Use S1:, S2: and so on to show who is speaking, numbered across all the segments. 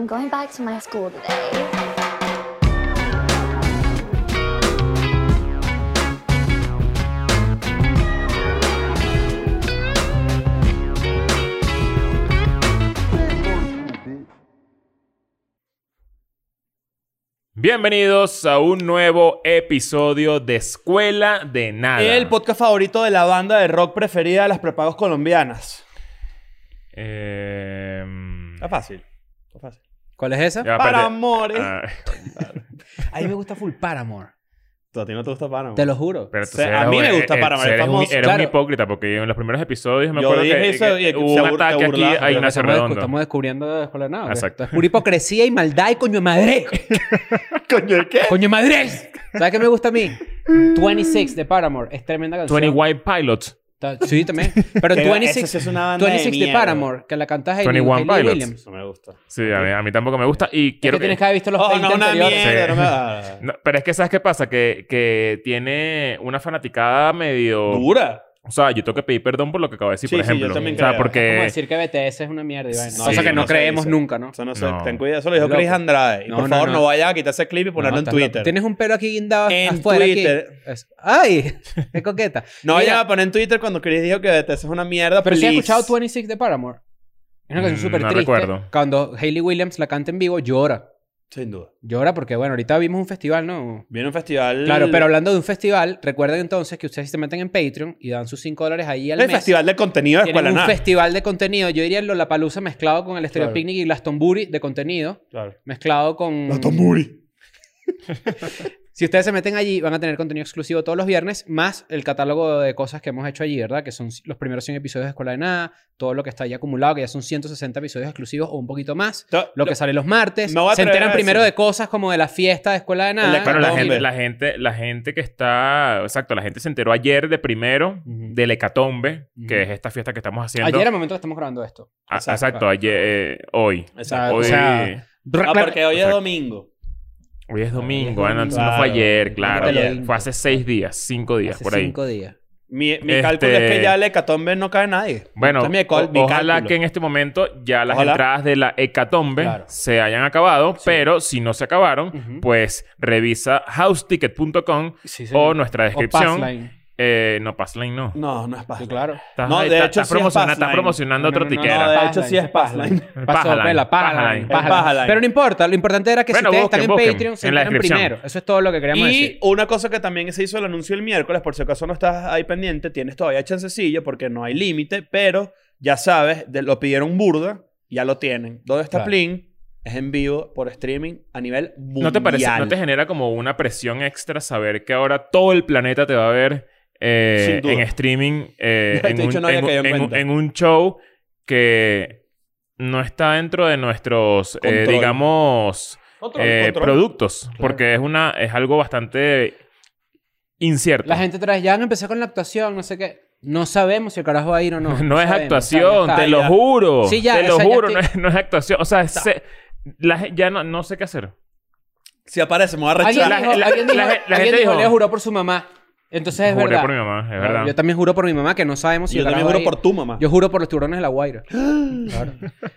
S1: I'm going back to my school today.
S2: Bienvenidos a un nuevo episodio de Escuela de Nada.
S3: El podcast favorito de la banda de rock preferida de las prepagos colombianas.
S2: Eh,
S3: Está fácil. Está fácil.
S4: ¿Cuál es esa?
S2: ya, espérate.
S3: Para ¿eh? amores.
S2: Ah,
S4: A mí me gusta full Paramore.
S3: ¿A ti no te gusta Panamá?
S4: Te lo juro.
S2: pero tú
S3: O sea,
S2: eres
S3: a mí me
S2: un-
S3: gusta
S2: eh,
S3: Paramore,
S2: eres un-
S3: famoso.
S2: Eres un
S4: Claro.
S2: hipócrita porque en los primeros episodios me
S3: Yo
S2: acuerdo
S3: dije
S2: que,
S3: eso
S2: que
S3: y
S2: hubo
S3: se
S2: un
S3: bur- te
S2: ataque aquí
S3: burlaste,
S2: a
S3: pero
S2: Ignacio
S4: Estamos, descu-
S2: Redondo.
S4: estamos descubriendo de escuela de nada. ¿ok?
S2: Exacto.
S4: Es pura hipocresía y maldad y coño de madre.
S3: Coño, ¿de ¿qué?
S4: ¡Coño de madre! ¿Sabes qué me gusta a mí? 26 de Paramore. Es tremenda canción.
S2: 20 White Pilots.
S4: Ta- Sí, también. Pero
S3: Pero esa
S4: 26,
S3: sí es una banda de
S4: 26 de,
S3: mierda.
S4: Paramore, que la canta Hayley,
S2: 21
S4: Hayley
S2: Pilots.
S4: Williams.
S3: No me gusta.
S2: Sí, a mí, a mí tampoco me gusta y quiero
S4: es que, tienes que haber visto los
S3: Oh,
S4: 20
S3: no, una
S4: anteriores.
S3: mierda.
S2: Sí.
S3: No me... ah,
S2: No, pero es que ¿sabes qué pasa? Que, que tiene una fanaticada medio...
S3: Dura.
S2: O sea, yo tengo que pedir perdón por lo que acabo de decir,
S3: Sí,
S2: por
S3: sí, yo
S2: ejemplo.
S3: también
S2: o sea,
S3: creo.
S4: Es como
S2: porque...
S4: decir que BTS es una mierda. y vaina.
S3: Sí,
S4: Cosa que
S3: no
S4: no,
S3: se
S4: creemos
S3: dice.
S4: nunca, ¿no?
S3: Eso no sé.
S2: No.
S3: Ten cuidado. Eso lo dijo
S4: Loco.
S3: Chris Andrade. Y
S4: No,
S3: por
S4: no,
S3: favor, no,
S4: no.
S3: vayas a quitar ese clip y ponerlo
S4: No,
S3: en
S4: estás loco.
S3: Twitter.
S4: Tienes un pelo aquí guindado
S3: En
S4: afuera. aquí.
S3: Twitter.
S4: Eso. ¡Ay! ¡Qué coqueta!
S3: No
S4: Mira,
S3: vayas a poner en Twitter cuando Chris dijo que BTS es una mierda.
S4: Pero si has
S3: please.
S4: escuchado 26 de Paramore. Es una canción
S2: Mm,
S4: súper
S2: no
S4: triste.
S2: recuerdo.
S4: Cuando Hayley Williams la canta en vivo, llora.
S3: Sin duda.
S4: Llora porque, bueno, ahorita vimos un festival, ¿no?
S3: Viene un festival.
S4: Claro, pero hablando de un festival, recuerden entonces que ustedes se meten en Patreon y dan sus 5 dólares ahí al
S3: El
S4: mes.
S3: festival de contenido de
S4: Tienen
S3: escuela
S4: un
S3: nada.
S4: festival de contenido. Yo diría el Palusa mezclado con el Stereo
S3: Claro.
S4: Picnic y Glastonbury de contenido.
S3: Claro.
S4: Mezclado con... Si ustedes se meten allí, van a tener contenido exclusivo todos los viernes, más el catálogo de cosas que hemos hecho allí, ¿verdad? Que son los primeros 100 episodios de Escuela de Nada, todo lo que está ahí acumulado, que ya son 160 episodios exclusivos o un poquito más.
S3: To-
S4: Lo que sale los martes.
S3: me voy a
S4: se
S3: atrever
S4: enteran
S3: a
S4: primero
S3: decir-
S4: de cosas como de la fiesta de Escuela de Nada.
S3: El de
S2: Bueno, la
S3: Hombre.
S2: gente, la gente, la gente que está, exacto, la gente se enteró ayer de primero
S4: Ujú.
S2: del hecatombe, que
S4: Ujú.
S2: es esta fiesta que estamos haciendo.
S4: Ayer, al momento que estamos grabando esto.
S2: Ah, exacto,
S4: exacto.
S2: ayer, eh, hoy.
S3: Exacto.
S2: Hoy,
S4: O sea,
S3: Ah, porque hoy es
S2: Exacto.
S3: domingo.
S2: hoy es domingo,
S4: hoy es
S2: Ana, entonces no
S3: domingo.
S2: fue ayer,
S3: Claro,
S2: claro.
S3: no te lo
S4: digo.
S2: Fue hace seis días, cinco días,
S4: hace
S2: por ahí.
S4: cinco días.
S3: Mi, mi
S2: Este-
S3: cálculo es que ya el hecatombe no cae nadie.
S2: Bueno,
S3: Ese es mi col-
S2: o-
S3: mi
S2: ojalá
S3: cálculo.
S2: que en este momento ya las
S3: Ojalá.
S2: entradas de la hecatombe
S3: Claro.
S2: se hayan acabado, pero si no se acabaron,
S4: Ujú.
S2: pues revisa houseticket.com
S4: Sí,
S2: o nuestra descripción.
S4: Passline.
S2: Eh, no, Passline no.
S3: No, no es
S4: Sí,
S3: Passline.
S4: claro.
S2: Estás,
S3: No, de
S2: estás-
S3: hecho
S2: estás
S3: sí es
S2: promocionando, estás
S3: Passline.
S2: promocionando
S4: No,
S2: otro
S4: no, no,
S2: tiquera.
S3: No, de pues, hecho
S4: Passline,
S3: sí es
S4: es Passline.
S3: Passline.
S4: Pasó,
S2: Pájala,
S4: pela, pájala,
S2: pájala.
S4: pájala.
S3: Pájala.
S4: Pero no importa, lo importante era que
S2: Bueno,
S4: si ustedes
S2: busquen,
S4: están en
S2: busquen
S4: Patreon, se
S2: en la
S4: enteran
S2: descripción.
S4: primero. Eso es todo lo que queríamos
S3: Y
S4: decir.
S3: una cosa que también se hizo el anuncio el miércoles, por si acaso no estás ahí pendiente, tienes todavía chancecillo porque no hay límite, pero ya sabes, de- lo pidieron burda, ya lo tienen. ¿Dónde está
S4: Claro.
S3: Plin? Es en vivo por streaming a nivel mundial.
S2: ¿No te parece, no te genera como una presión extra saber que ahora todo el planeta te va a ver eh,
S3: Sin duda.
S2: en streaming, eh,
S3: Te he
S2: en,
S3: dicho,
S2: un,
S3: no había
S2: en un-
S3: caído en
S2: en un-
S3: cuenta.
S2: en un show que no está dentro de nuestros, eh,
S3: Control.
S2: digamos,
S3: Control,
S2: eh,
S3: control.
S2: productos? Porque es, una, es algo bastante incierto.
S4: La gente trae, ya empecé con la actuación, no sé qué. No sabemos si el carajo va a ir o no.
S2: No, es
S4: sabemos, o
S2: actuación,
S4: sea, ya está.
S2: te lo
S3: ya.
S2: juro.
S4: Sí, ya,
S2: te lo
S4: o sea, ya
S2: juro, no, es,
S4: estoy-
S2: no es actuación. O sea, se- la gen- ya no, no sé qué hacer.
S3: Si aparece, me voy a rechazar.
S4: Alguien
S2: La-
S4: dijo,
S2: la-
S4: alguien
S2: la-
S4: dijo-
S2: la gente
S4: alguien dijo,
S2: dijo-
S4: Leo juró por su mamá. Entonces es
S2: Juré
S4: verdad.
S2: por mi mamá, es verdad.
S4: Yo también juro por mi mamá que no sabemos si
S3: Yo
S4: el
S3: también
S4: carajo
S3: juro
S4: va a
S3: por
S4: ir.
S3: tu mamá.
S4: Yo juro por los tiburones de la Guaira. Claro.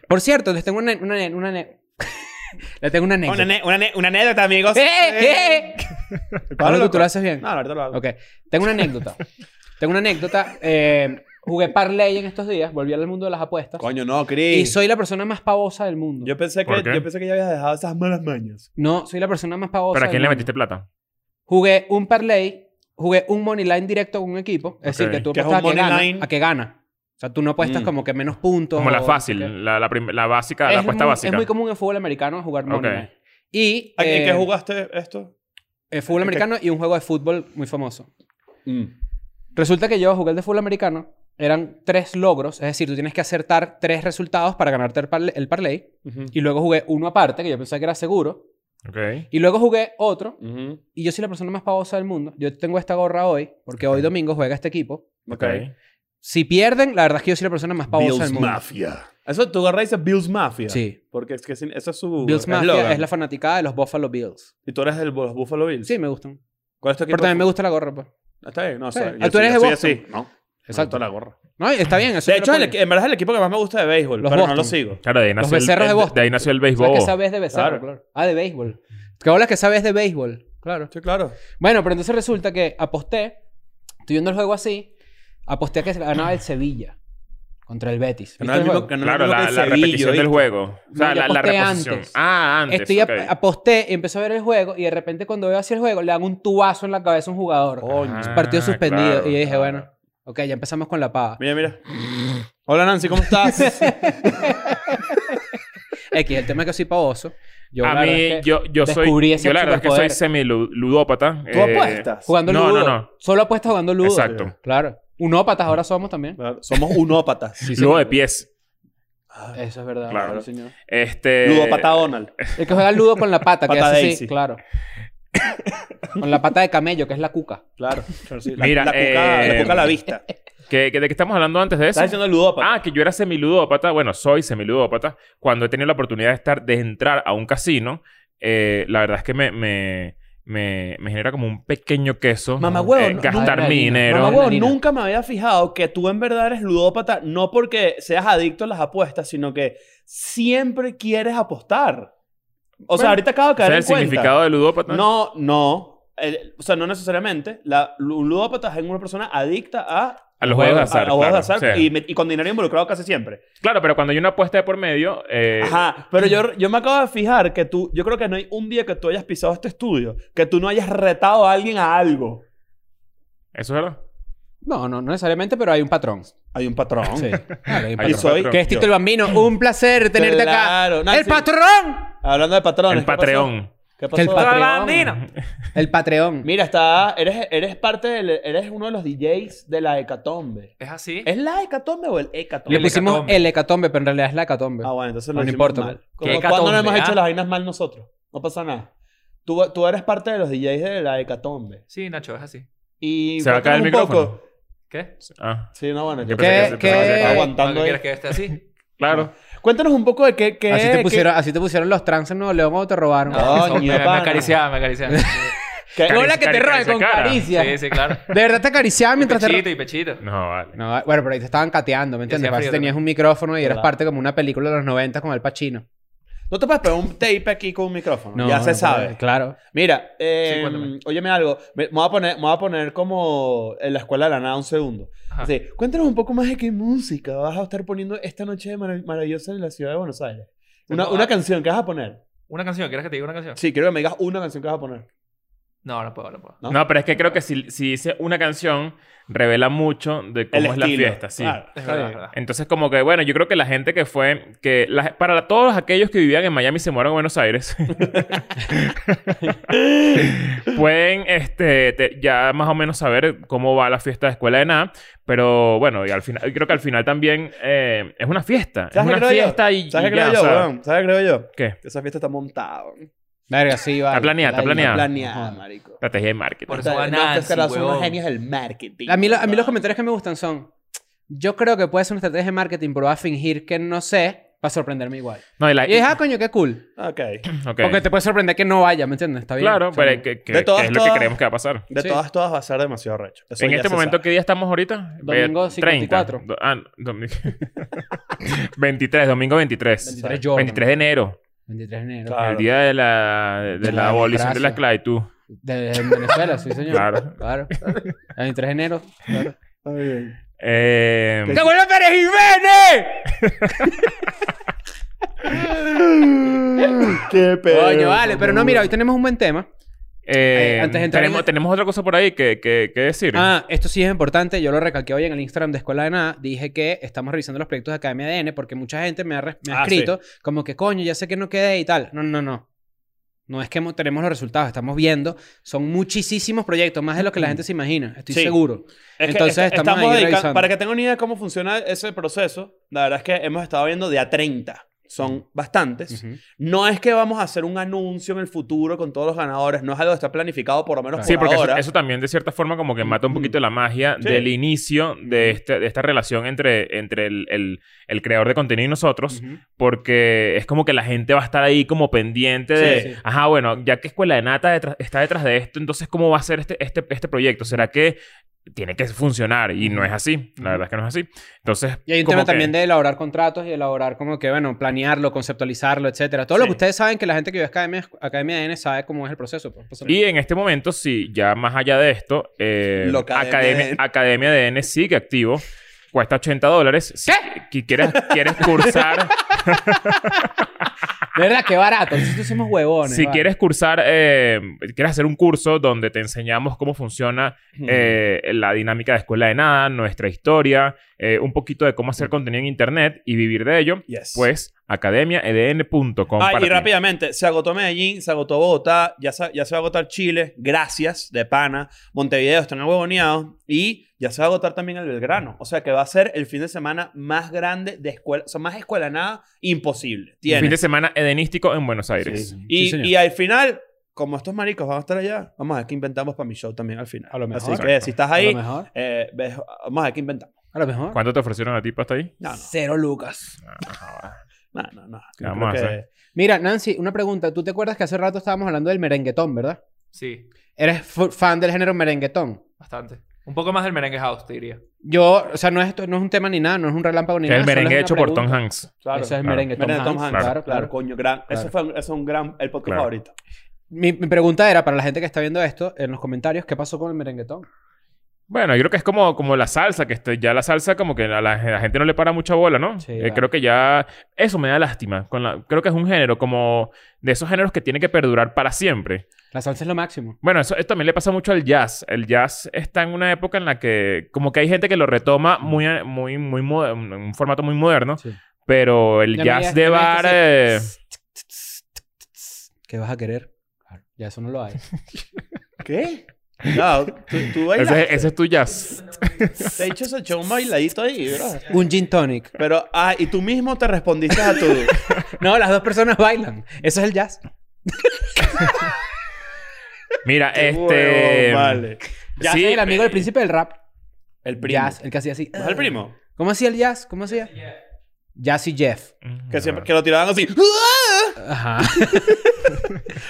S4: Por cierto, les tengo una... una, una, le tengo una anécdota.
S3: Una, ne- una ne- una anécdota, amigos.
S4: ¡Eh, eh, eh! Pablo,
S3: Pablo,
S4: tú lo haces bien.
S3: No, ahorita lo hago.
S4: Ok, tengo una anécdota. tengo una anécdota. Eh, jugué parlay en estos días, volví al mundo de las apuestas.
S3: Coño, no, Chris.
S4: Y soy la persona más pavosa del mundo.
S3: Yo pensé que
S2: ¿Por qué?
S3: yo pensé que ya habías dejado esas malas mañas.
S4: No, soy la persona más pavosa.
S2: ¿Para quién
S4: del
S2: le
S4: mundo.
S2: metiste plata?
S4: Jugué un parlay, jugué un money line directo con un equipo. Es
S2: Ok.
S4: decir, que tú
S3: ¿Qué es
S4: apuestas a
S3: un
S4: que,
S3: money
S4: gana,
S3: line?
S4: a que gana. O sea, tú no apuestas
S3: Mm.
S4: como que menos puntos.
S2: Como la
S4: o- ok.
S2: fácil, la, la prim- la básica, la
S4: es
S2: apuesta
S4: muy,
S2: básica.
S4: Es muy común en fútbol americano jugar money
S2: Ok.
S4: line. Y,
S3: ¿A- ¿En
S4: eh,
S3: qué jugaste esto?
S4: eh, fútbol
S3: ¿En qué?
S4: americano y un juego de fútbol muy famoso. Mm. Resulta que yo jugué el de fútbol americano. Eran tres logros. Es decir, tú tienes que acertar tres resultados para ganarte el parle- el parlay.
S3: Ujú.
S4: Y luego jugué uno aparte, que yo pensaba que era seguro.
S2: Ok.
S4: Y luego jugué otro.
S3: Ujú.
S4: Y yo soy la persona más pavosa del mundo. Yo tengo esta gorra hoy, porque hoy domingo juega este equipo.
S3: Ok.
S2: Ok.
S4: Si pierden, la verdad es que yo soy la persona más pavosa del
S3: Bills
S4: mundo.
S3: Mafia. Eso tú agarras y dices Bills Mafia.
S4: Sí.
S3: Porque es que sin- eso es su.
S4: Bills Mafia
S3: eslogan.
S4: es la fanaticada de los Buffalo Bills.
S3: Y tú eres de los Buffalo Bills.
S4: Sí, me gustan.
S3: ¿Cuál es tu equipo?
S4: Pero también me gusta la gorra, pues.
S3: Está bien, no
S4: Sí.
S3: sé.
S4: Ah, tú eres de Boston.
S3: Sí, no.
S4: Exacto.
S3: la gorra.
S4: No, está bien. Eso
S3: De
S4: yo lo
S3: hecho, el
S4: pongo.
S3: equi- en verdad es el equipo que más me gusta de béisbol,
S4: Los
S3: pero no
S4: Boston.
S3: lo sigo.
S2: Claro, de ahí
S4: Los
S2: nació el,
S4: becerros de
S2: de-
S4: Boston.
S2: de ahí nació el
S4: ¿Sabes
S2: béisbol.
S4: que sabes de becerro?
S3: Claro.
S4: claro. Ah, de béisbol. ¿Qué bolas que sabes de béisbol? Claro.
S3: Sí, claro.
S4: Bueno, pero entonces resulta que aposté, estoy viendo el juego así, aposté que ganaba el Sevilla contra el Betis. ¿Viste
S3: Ganaba el
S4: el
S3: mismo-
S4: juego?
S3: ganaba
S2: Claro,
S3: el mismo
S2: la,
S3: que
S2: la
S3: Sevilla,
S2: repetición del
S3: ¿oíste?
S2: juego. O sea,
S4: No, yo
S2: la, la
S4: aposté
S2: reposición.
S4: antes.
S2: Ah, antes.
S4: Estoy ap-
S2: ok.
S4: aposté y empecé a ver el juego y de repente cuando veo hacia el juego le dan un tubazo en la cabeza a un jugador.
S3: Coño.
S4: Es un partido
S2: Ah,
S4: suspendido.
S2: claro,
S4: y yo dije,
S2: claro.
S4: bueno, ok, ya empezamos con la pava.
S3: Mira, mira. Hola Nancy, ¿cómo estás?
S4: X, el tema es que soy pavoso. Yo,
S2: a
S4: la
S2: mí,
S4: verdad es que
S2: yo, yo
S4: descubrí
S2: soy.
S4: ese
S2: Yo la verdad es que soy eh,
S4: superpoder.
S2: semiludópata.
S3: ¿Tú apuestas?
S4: Jugando
S2: No,
S4: ludo.
S2: no, no.
S4: Solo apuestas jugando ludo.
S2: Exacto.
S4: Claro. Unópatas ahora somos también.
S3: Claro, Somos unópatas.
S4: Sí,
S2: Ludo
S4: señor.
S2: de pies.
S4: Eso es verdad.
S2: Claro.
S3: Sí, señor.
S2: Este.
S3: Ludópata Donald.
S4: El que juega ludo con la pata, que
S3: Pata
S4: hace
S3: Daisy.
S4: así, claro. Con la pata de camello, que es la cuca.
S3: Claro. claro, sí. La,
S2: Mira,
S3: la cuca, la
S2: eh,
S3: cuca a la vista.
S2: ¿Qué- qué- ¿De qué estamos hablando antes de eso?
S3: Estás diciendo ludópata.
S2: Ah, que yo era semiludópata. Bueno, soy semiludópata. Cuando he tenido la oportunidad de estar, de entrar a un casino, eh, la verdad es que me, me, me, me genera como un pequeño queso.
S3: Mamá huevo,
S2: eh,
S3: no-
S2: gastar mi
S4: Adrenalina.
S2: dinero.
S4: Mamá
S3: Mamá, huevo,
S4: Marina.
S3: nunca me había fijado que tú en verdad eres ludópata, no porque seas adicto a las apuestas, sino que siempre quieres apostar. O sea,
S2: Bueno,
S3: ahorita acabo de
S2: ¿Sabes
S3: caer
S2: el
S3: en cuenta.
S2: significado de ludópata?
S3: No, no. El- o sea, no necesariamente. La, un ludópata es una persona adicta a
S2: A los juegos de azar.
S3: a- a juegos de
S2: claro.
S3: azar
S2: O sea,
S3: y, me- y con dinero involucrado casi siempre.
S2: Claro, pero cuando hay una apuesta de por medio, eh,
S3: Ajá. Pero yo, yo me acabo de fijar que tú, yo creo que no hay un día que tú hayas pisado este estudio, que tú no hayas retado a alguien a algo.
S2: eso es verdad.
S4: No, no, no necesariamente, pero hay un patrón.
S3: Hay un patrón.
S4: Sí. Claro, hay un
S2: Hay un
S3: Y
S4: patrón.
S3: soy-
S2: patrón.
S4: ¿Qué es Tito el Bambino? Un placer tenerte
S3: Claro,
S4: acá.
S3: Nancy.
S4: ¡El patrón!
S3: Hablando de patrones.
S2: El
S3: ¿qué pasó?
S2: Patreon.
S3: ¿Qué
S4: Que el
S3: pasó?
S4: Patreon. El Patreón.
S3: Mira, está, eres, eres parte del, eres uno de los DJs de la hecatombe.
S5: ¿Es así?
S2: ¿Eh?
S3: ¿Es la hecatombe o el
S4: Le
S3: hecatombe?
S5: El
S4: pusimos
S5: hecatombe.
S4: el hecatombe, pero en realidad es la hecatombe.
S3: Ah, bueno, entonces
S4: No
S3: lo hicimos
S4: importa,
S3: mal.
S4: pues.
S3: Como
S5: ¿Qué
S3: cuando no
S5: hecatombe,
S3: hemos hecho
S5: ah?
S3: las vainas mal nosotros. No pasa nada. Tú, tú eres parte de los DJs de la hecatombe.
S5: Sí, Nacho, es así.
S3: Y
S2: Se va a caer el
S3: cuéntanos un
S2: micrófono.
S3: poco.
S5: ¿Qué?
S2: Ah,
S3: Sí, no, bueno.
S2: Yo
S3: Yo
S2: pensé
S4: ¿Qué-
S2: que se-
S4: qué-
S2: pensé que
S4: Eh,
S2: estaba aguantando.
S5: ¿No
S3: aguantando. ahí.
S5: quieres que esté así?
S2: Claro.
S3: Cuéntanos un poco de qué... qué
S4: así, te
S3: qué-
S4: pusieron, así te pusieron los trans en Nuevo León cuando te robaron.
S3: No. Coño,
S5: Ah, me, me
S3: pana.
S5: acariciaba, me acariciaba.
S3: qué-
S4: No la que te
S2: Cari-
S4: roben
S2: caricia
S4: con
S2: cara.
S4: caricia.
S5: Sí, sí, claro.
S4: De verdad te acariciaban
S5: Y
S4: mientras te
S5: pechito
S4: ro-
S5: y pechito.
S2: No, vale.
S4: No, bueno, pero ahí te estaban cateando, ¿me entiendes?
S5: hacía
S4: Parece
S5: frío
S4: que tenías
S5: también.
S4: un micrófono y eras
S3: Claro.
S4: parte como una película de los 90 con el Pachino.
S3: No te puedes pegar un tape aquí con un micrófono. ya se sabe.
S4: Claro.
S3: Mira, eh,
S5: Sí, cuéntame.
S3: óyeme algo. Me, me voy a poner, me voy a poner como en la escuela de la nada un segundo.
S5: Ajá.
S3: Así, cuéntanos un poco más de qué música vas a estar poniendo esta noche de marav- maravillosa en la ciudad de Buenos Aires. Una,
S5: No,
S3: una
S5: ah.
S3: canción que vas a poner.
S5: ¿Una canción? ¿Quieres que te diga una canción?
S3: Sí, quiero que me digas una canción que vas a poner.
S5: No, no puedo, no puedo.
S3: ¿no?
S2: No, pero es que creo que si, si dice una canción, revela mucho de cómo
S3: El
S2: es
S3: estilo.
S2: la fiesta, sí.
S3: Claro,
S5: Es
S3: está
S5: verdad, es
S3: bien.
S5: verdad.
S2: Entonces, como que, bueno, yo creo que la gente que fue, que la- para todos aquellos que vivían en Miami y se mudaron a Buenos Aires, pueden este, te- ya más o menos saber cómo va la fiesta de escuela de nada, pero bueno, y al final, y creo que al final también eh, es una fiesta. Es
S3: ¿Sabes qué
S2: una
S3: creo yo?
S2: fiesta y,
S3: ¿Sabes
S2: y
S3: qué
S2: ya,
S3: creo
S2: o
S3: yo,
S2: sea,
S3: weón? ¿Sabes qué creo yo?
S2: ¿Qué?
S3: Que Esa fiesta está montada. weón.
S4: Verga, sí, vale.
S2: Está planeada, está
S4: La-
S2: planeada.
S3: Planeada,
S4: Ajá.
S3: marico.
S2: Estrategia de marketing.
S5: Por eso
S3: Está-
S5: va
S3: no,
S5: Nancy,
S3: estos carajos son unos
S5: huevón.
S3: genios del marketing.
S4: A mí, lo- a mí los
S3: comentaron
S4: comentarios que me gustan son: Yo creo que puede ser una estrategia de marketing, pero voy a fingir que no sé para sorprenderme igual.
S2: No, y la-
S4: Y es, ah, coño, qué cool.
S3: Ok.
S2: ok.
S4: Porque te puede sorprender que no vaya, ¿me entiendes? Está bien.
S2: Claro,
S4: O sea,
S2: pero es que, que-
S3: De
S2: que
S3: todas,
S2: es lo
S3: todas-
S2: que creemos que va a pasar.
S3: De
S4: Sí.
S3: todas, todas va a ser demasiado recho. Eso
S2: en
S3: ya
S2: este
S3: se
S2: momento,
S3: sabe.
S2: ¿qué día estamos ahorita?
S4: Domingo
S2: Eh,
S4: 54.
S2: 30. Do- Ah, domi- 23, domingo 23.
S4: 23
S2: 23,
S4: Jordan.
S2: de enero.
S4: 23 de enero.
S3: Claro.
S2: El día de la, de
S4: De
S2: la
S4: la
S2: abolición de la
S4: democracia.
S2: esclavitud.
S4: De, de Venezuela, sí, señor.
S2: Claro.
S4: Claro. El 23 de enero. Claro.
S3: Está bien.
S2: Eh,
S3: ¿Qué-
S4: vuelve Pérez Jiménez!
S3: Qué pedo.
S4: Coño, vale, pero no, mira, hoy tenemos un buen tema.
S2: eh,
S4: Eh, antes de entrar
S2: tenemos,
S4: en-
S2: tenemos otra cosa por ahí que, que- que decir.
S4: Ah, esto sí es importante. Yo lo recalqué hoy en el Instagram de Escuela de Nada. Dije que estamos revisando los proyectos de Academia ADN porque mucha gente me ha, res- me ha
S3: Ah,
S4: escrito como que, coño, ya sé que no quedé y tal. No, no, no. No es que mo- tenemos los resultados, estamos viendo. Son muchísimos proyectos, más de lo que la gente se imagina. Estoy
S3: Sí.
S4: seguro.
S3: Es que
S4: Entonces,
S3: est-
S4: estamos ahí
S3: dedica-
S4: revisando.
S3: Para que tengan una idea de cómo funciona ese proceso, la verdad es que hemos estado viendo de a 30. Son bastantes.
S4: Ujú.
S3: No es que vamos a hacer un anuncio en el futuro con todos los ganadores. No es algo que está planificado por lo menos
S2: sí,
S3: por
S2: porque eso-
S3: ahora.
S2: Eso, también de cierta forma como que mata un poquito la magia
S3: Sí.
S2: del inicio de, este- de esta relación entre, entre el, el- el creador de contenido y nosotros.
S4: Ujú.
S2: Porque es como que la gente va a estar ahí como pendiente de,
S3: Sí, sí.
S2: ajá, bueno, ya que Escuela de Nata detrás- está detrás de esto, entonces ¿cómo va a ser este, este, este proyecto? ¿Será que tiene que funcionar y no es así. La verdad es que no es así. Entonces,
S4: Y hay un
S2: como
S4: tema
S2: que-
S4: también de elaborar contratos y elaborar como que, bueno, planearlo, conceptualizarlo, etcétera. Todo lo que
S3: Sí.
S4: ustedes saben que la gente que ve Academia, Academia N sabe cómo es el proceso. pues. Pásame.
S2: Y en este momento, sí, ya más allá de esto, eh,
S3: Lo
S2: Academia,
S3: Academia-
S2: Academia DN sigue activo. Cuesta 80 dólares. Si qui- quieres, quieres cursar,
S4: De verdad, qué barato. Nosotros somos huevones.
S2: si
S4: vale.
S2: quieres cursar, eh, quieres hacer un curso donde te enseñamos cómo funciona eh, la dinámica de escuela de nada, nuestra historia, eh, un poquito de cómo hacer contenido en internet y vivir de ello,
S3: Yes.
S2: pues academiaedn.com.
S3: Ah,
S2: para
S3: y
S2: ti.
S3: rápidamente, se agotó Medellín, se agotó Bogotá, ya se, ya se va a agotar Chile, gracias, de pana. Montevideo están ahuevoneados y ya se va a agotar también el Belgrano. O sea que va a ser el fin de semana más grande de escuela, o sea, más escuela nada imposible.
S2: Fin de
S3: Tiene.
S2: semana edenístico en Buenos Aires.
S4: Sí,
S3: Y,
S4: señor.
S3: y al final, como estos maricos van a estar allá, vamos a ver qué inventamos para mi show también al final.
S4: A lo mejor.
S3: Así que si estás
S4: A
S3: ahí,
S4: lo mejor.
S3: eh, ves- vamos a ver qué inventamos.
S4: A lo mejor.
S2: ¿Cuánto te ofrecieron a ti para estar ahí?
S3: No, no,
S4: Cero lucas. Ah,
S3: no, no. no.
S2: ¿Qué
S3: Yo
S2: vamos
S3: creo
S2: a
S3: que-
S2: hacer?
S4: Mira, Nancy, una pregunta. ¿Tú te acuerdas que hace rato estábamos hablando del merenguetón, verdad?
S5: Sí,
S4: Eres fu- fan del género merenguetón.
S5: bastante. Un poco más del merengue house, te diría.
S4: Yo, o sea, no es, esto- no es un tema ni nada, no es un relámpago ni
S2: Que
S4: nada.
S2: el
S4: solo
S2: merengue
S4: es una
S2: hecho por
S4: pregunta.
S2: Tom Hanks.
S3: Claro.
S4: Ese es el
S2: Claro.
S4: merengue, Tom,
S3: Merengue de Tom
S4: Hanks,
S3: Hanks.
S4: Claro, claro.
S3: coño, gran.
S4: Claro.
S3: Ese fue un, ese es un gran, el podcast
S2: Claro.
S3: favorito.
S4: Mi, mi pregunta era para la gente que está viendo esto en los comentarios, ¿qué pasó con el merenguetón?
S2: Bueno, yo creo que es como, como la salsa, que este- ya la salsa como que a la, la gente no le para mucha bola, ¿no?
S4: Sí,
S2: Eh,
S4: claro.
S2: creo que ya eso me da lástima. Con la- creo que es un género como de esos géneros que tiene que perdurar para siempre.
S4: La salsa es lo máximo.
S2: Bueno, eso, eso también le pasa mucho al jazz. El jazz está en una época en la que como que hay gente que lo retoma muy, a- muy, muy mo- en un formato muy moderno,
S4: Sí.
S2: pero el
S4: Ya no
S2: jazz
S4: hay-
S2: de
S4: ya no hay
S2: bar...
S4: que
S2: eh,
S4: ¿Qué vas a querer? Claro, Ya eso no lo hay.
S3: ¿Qué? No, tú, tú
S2: ese,
S3: bailaste.
S2: es- ese es tu jazz.
S3: Te he hecho ese show un bailadito ahí, bro.
S4: Un gin tonic.
S3: Pero, ah, y tú mismo te respondiste a tu...
S4: No, las dos personas bailan. Eso es el jazz.
S2: Mira, este...
S3: Huevón, vale.
S4: Jazz
S2: Sí,
S4: es el amigo
S2: eh,
S4: del príncipe del rap.
S3: El primo.
S4: Jazz, el que hacía así.
S3: ¿No es el primo?
S4: ¿Cómo hacía el jazz? ¿Cómo hacía? Jazz y Jeff.
S2: mm,
S3: Que siempre que lo tiraban así. ¡Ah!
S4: Ajá.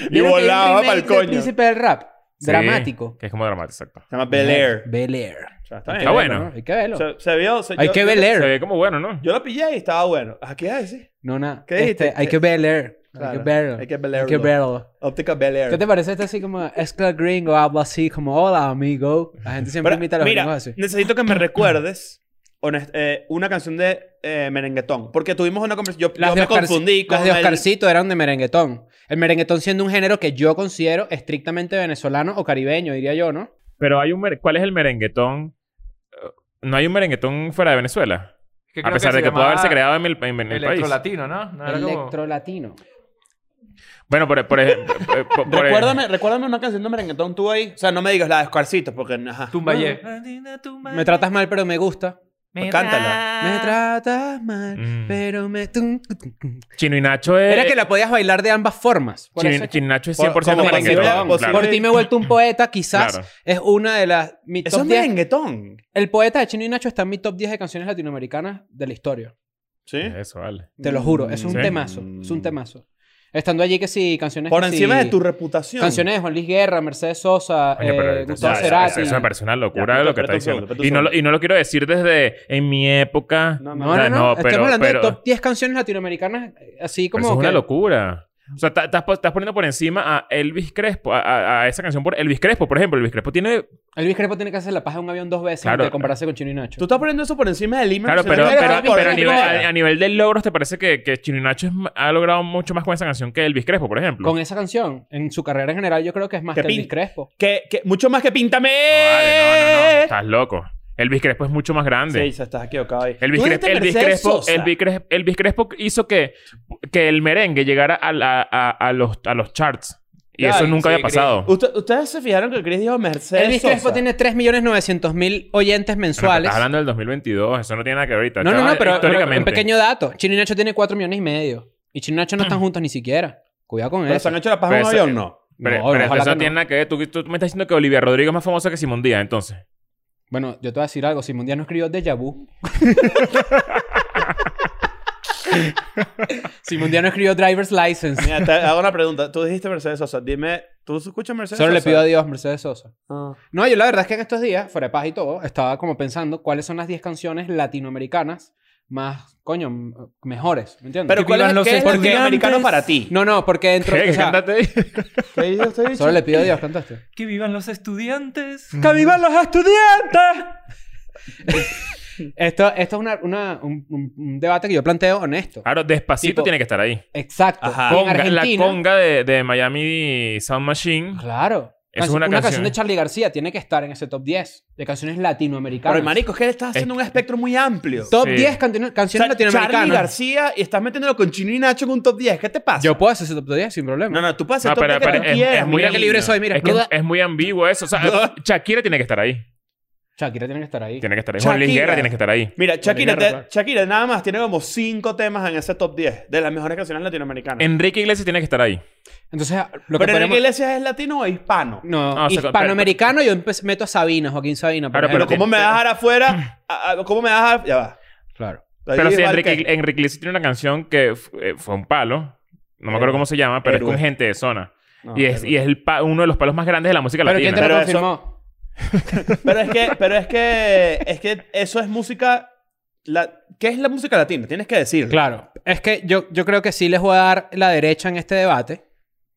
S3: Y volaba pa'l
S4: El
S3: coño. Se
S4: príncipe del rap.
S2: Sí,
S4: Dramático.
S2: Que es como dramático, exacto.
S3: llama Bel Air.
S4: Bel Air.
S3: O sea, está
S4: Hay
S3: bien.
S4: que
S2: Está
S4: verlo,
S2: bueno.
S4: ¿no? Hay que verlo.
S3: Se, se vio... se-
S4: Hay
S3: yo-
S4: que
S3: yo-
S4: Bel
S2: Se
S4: Air.
S2: ve como bueno, ¿no?
S3: Yo lo pillé y estaba bueno. ¿A qué iba a decir?
S4: No, nada.
S3: ¿Qué dijiste?
S4: Este, hay que Bel Air. Hay
S3: Claro,
S4: que verlo.
S3: hay que
S4: Hay que
S3: Bel-Airlo.
S4: verlo.
S3: Óptica Bel Air.
S4: ¿Qué te parece este así como Escla Gringo habla así como hola amigo? La gente siempre
S3: Pero,
S4: imita a los
S3: mira,
S4: gringos así.
S3: necesito que me recuerdes honest- eh, una canción de eh, merenguetón. Porque tuvimos una conversación. Yo, yo me
S4: Oscarci-
S3: confundí con
S4: las de
S3: el-
S4: Oscarcito eran de merenguetón. El merenguetón siendo un género que yo considero estrictamente venezolano o caribeño, diría yo, ¿no?
S2: Pero hay un mer- ¿cuál es el merenguetón? Eh, No hay un merenguetón fuera de Venezuela.
S5: Que creo
S2: A pesar
S5: se
S2: de que puede
S5: llamaba
S2: haberse creado en el, en el país.
S5: Electrolatino, ¿no? No era como...
S4: Electrolatino.
S2: Bueno, por, por ejemplo. por- por- por-
S3: Recuérdame, recuérdame una canción de merenguetón tú ahí. O sea, no me digas la de Oscarcito, porque. Ajá.
S2: Ah,
S5: Tumbayé.
S4: Me tratas mal pero me gusta.
S3: cántala.
S4: Me
S5: Ah.
S4: tratas mal
S2: Mm.
S4: pero me... tum, tum, tum.
S2: Chino y Nacho es.
S4: Era que la podías bailar de ambas formas. Por
S2: Chino,
S4: eso es que-
S2: Chino y Nacho es
S3: Por-
S2: 100%
S3: como
S2: merenguetón.
S3: posible-
S2: claro.
S4: Por ti me he vuelto un poeta, quizás
S2: Claro.
S4: es una de las... mi
S3: Eso
S4: top
S3: es
S4: 10.
S3: merenguetón.
S4: El poeta de Chino y Nacho está en mi top 10 de canciones latinoamericanas de la historia.
S3: Sí.
S4: Eh,
S2: Eso, vale.
S4: Te lo juro, es un
S2: Sí.
S4: temazo, es un temazo. Estando allí que sí, canciones
S3: Por
S4: que
S3: encima
S4: sí,
S3: de tu reputación.
S4: Canciones de Juan Luis Guerra, Mercedes Sosa,
S2: Coño, pero-
S4: eh, Gustavo
S2: ya, ya,
S4: Cerati.
S2: Eso me parece una locura
S3: Ya,
S2: de lo que
S3: pero
S2: está
S3: tú
S2: diciendo.
S3: solo, pero tú
S2: y, no lo,
S3: solo.
S2: y no lo quiero decir desde en mi época.
S3: No,
S4: No, no, no,
S2: Ah,
S4: estamos hablando
S2: pero-
S4: de top 10 canciones latinoamericanas, eh, así
S2: Pero
S4: como
S2: eso es
S4: que-
S2: una locura. O sea, ta- estás po- estás poniendo por encima a Elvis Crespo, a, a- a esa canción por Elvis Crespo, por ejemplo. Elvis Crespo tiene.
S4: Elvis Crespo tiene que hacer la paja en un avión dos veces
S2: Claro.
S4: antes de compararse con Chino y Nacho.
S3: Tú estás poniendo eso por encima del himno.
S2: Claro, pero,
S3: nacional. Ah,
S2: pero,
S4: Elvis
S2: pero a, nivel,
S4: Crespo.
S2: a- a nivel de logros, ¿te parece que, que Chino y Nacho es ma- ha logrado mucho más con esa canción que Elvis Crespo, por ejemplo?
S4: Con esa canción, en su carrera en general, yo creo que es más que
S3: Te
S4: Elvis
S3: pin-
S4: Crespo.
S3: Que, que- mucho más que Píntame.
S2: Vale, no, no,
S4: E.
S2: no. Estás loco. Elvis Crespo es mucho más grande.
S3: Sí, se estás equivocado ahí.
S2: Elvis,
S3: Tú
S2: Crespo,
S3: dijiste
S2: Elvis,
S3: Mercedes
S2: Crespo,
S3: Sosa.
S2: Elvis Cres- Elvis Crespo hizo que, que el merengue llegara a, la- a- a los, a los charts. Y
S3: Claro,
S2: eso nunca
S5: sí,
S2: había pasado.
S3: Usted- Ustedes se fijaron que Chris dijo Mercedes
S4: Elvis
S3: Sosa.
S4: Crespo tiene 3.900.000 oyentes
S2: Bueno, pero
S4: mensuales.
S2: estás hablando del 2022. Eso no tiene nada que ver ahorita.
S4: No, no,
S2: Estaba
S4: no, pero, pero
S2: históricamente.
S4: un pequeño dato. Chino y Nacho tiene 4 millones y medio. Y Chino y Nacho no están juntos ni siquiera. Cuidado con
S3: Pero
S4: eso.
S3: se han hecho la paja en
S2: Mm. Pero
S3: un
S2: esa-
S3: avión, no.
S2: Pero,
S4: No,
S2: pero
S4: ojalá
S2: eso
S4: que
S2: no
S4: no.
S2: tiene nada que ver. Tú, tú me estás diciendo que Olivia Rodrigo es más famosa que Simón Díaz, entonces.
S4: Bueno, yo te voy a decir algo. Simón Díaz no escribió Deja Vu. Si Mundiano escribió Driver's License.
S3: Mira, te hago una pregunta. Tú dijiste Mercedes Sosa. Dime, ¿tú escuchas Mercedes
S4: Solo le
S3: Sosa?
S4: pido a Dios, Mercedes Sosa.
S3: Ah.
S4: No, yo la verdad es que en estos días, fuera de paz y todo, estaba como pensando cuáles son las 10 canciones latinoamericanas más, coño, m- mejores. ¿Me entiendes?
S3: Pero
S5: Que
S3: ¿cuál es,
S5: vivan los
S3: qué es
S5: estudiantes.
S3: latinoamericano para ti?
S4: No, no, porque dentro.
S2: ¿Qué?
S4: o sea,
S2: Cántate ahí.
S3: ¿Qué dice usted, bicho?
S4: solo le pido a Dios, cantaste.
S5: Que vivan los estudiantes.
S2: Mm.
S4: ¡Que vivan los estudiantes! esto, esto es una- una- un, un- un debate que yo planteo honesto.
S2: Claro, despacito
S4: Tipo-
S2: tiene que estar ahí.
S4: Exacto.
S3: Ajá.
S4: En
S2: Conga- Ah. la
S4: Argentina-
S2: conga de, de Miami Sound Machine.
S4: Claro.
S2: Eso es
S4: Canci-
S2: una canción.
S4: de Charlie García tiene que estar en ese top 10 de canciones latinoamericanas.
S3: Pero, marico, es que estás haciendo un espectro muy amplio.
S4: Top
S2: Sí.
S4: 10 canciones,
S3: O sea,
S4: canciones
S3: Charly
S4: latinoamericanas.
S3: García y estás metiéndolo con Chino y Nacho en un top 10. ¿Qué te pasa?
S4: Yo puedo hacer ese top 10 sin problema.
S3: No, no, tú puedes hacer
S2: No,
S3: top
S2: pero-
S3: 10 que
S2: pero
S3: tú
S2: Ah, es-
S3: quieras,
S2: es muy
S3: niño.
S4: Qué libre soy, mira.
S2: Es, que es muy ambiguo eso. O sea,
S3: Duda.
S2: Shakira tiene que estar ahí.
S4: Shakira tiene que estar ahí.
S2: Tiene que estar ahí. Juan Luis
S3: Shakira.
S2: Guerra tiene que estar ahí.
S3: Mira, Shakira,
S4: Guerra,
S3: te-
S4: claro.
S3: Shakira nada más tiene como cinco temas en ese top 10 de las mejores canciones latinoamericanas.
S2: Enrique Iglesias tiene que estar ahí.
S4: Entonces, lo que
S3: pero Enrique
S4: podemos...
S3: Iglesias es latino o hispano.
S4: No,
S2: No, Ah, o sea,
S4: hispanoamericano yo empe- meto a Sabina, Joaquín Sabina. por
S2: Claro,
S3: Pero
S2: pero
S4: ejemplo.
S3: ¿cómo me vas a dejar afuera? Ah, ah, ¿Cómo me vas a dejar? Ya va.
S4: Claro.
S2: Pero
S3: Ahí
S2: sí,
S3: va el
S2: Enrique,
S3: que-
S2: Enrique Iglesias tiene una canción que f- eh, fue un palo. No me acuerdo cómo se llama, pero
S3: Héroe. Ah,
S2: es con gente de zona.
S3: No,
S2: y es,
S3: pero-
S2: y es el pa- uno de los palos más grandes de la música
S4: Pero ¿quién
S2: latina.
S4: te lo
S3: Pero eso-
S4: confirmó?
S3: Pero es que, pero es que, es que eso es música. La, ¿Qué es la música latina? Tienes que decir.
S4: Claro. Es que yo, yo creo que sí les voy a dar la derecha en este debate,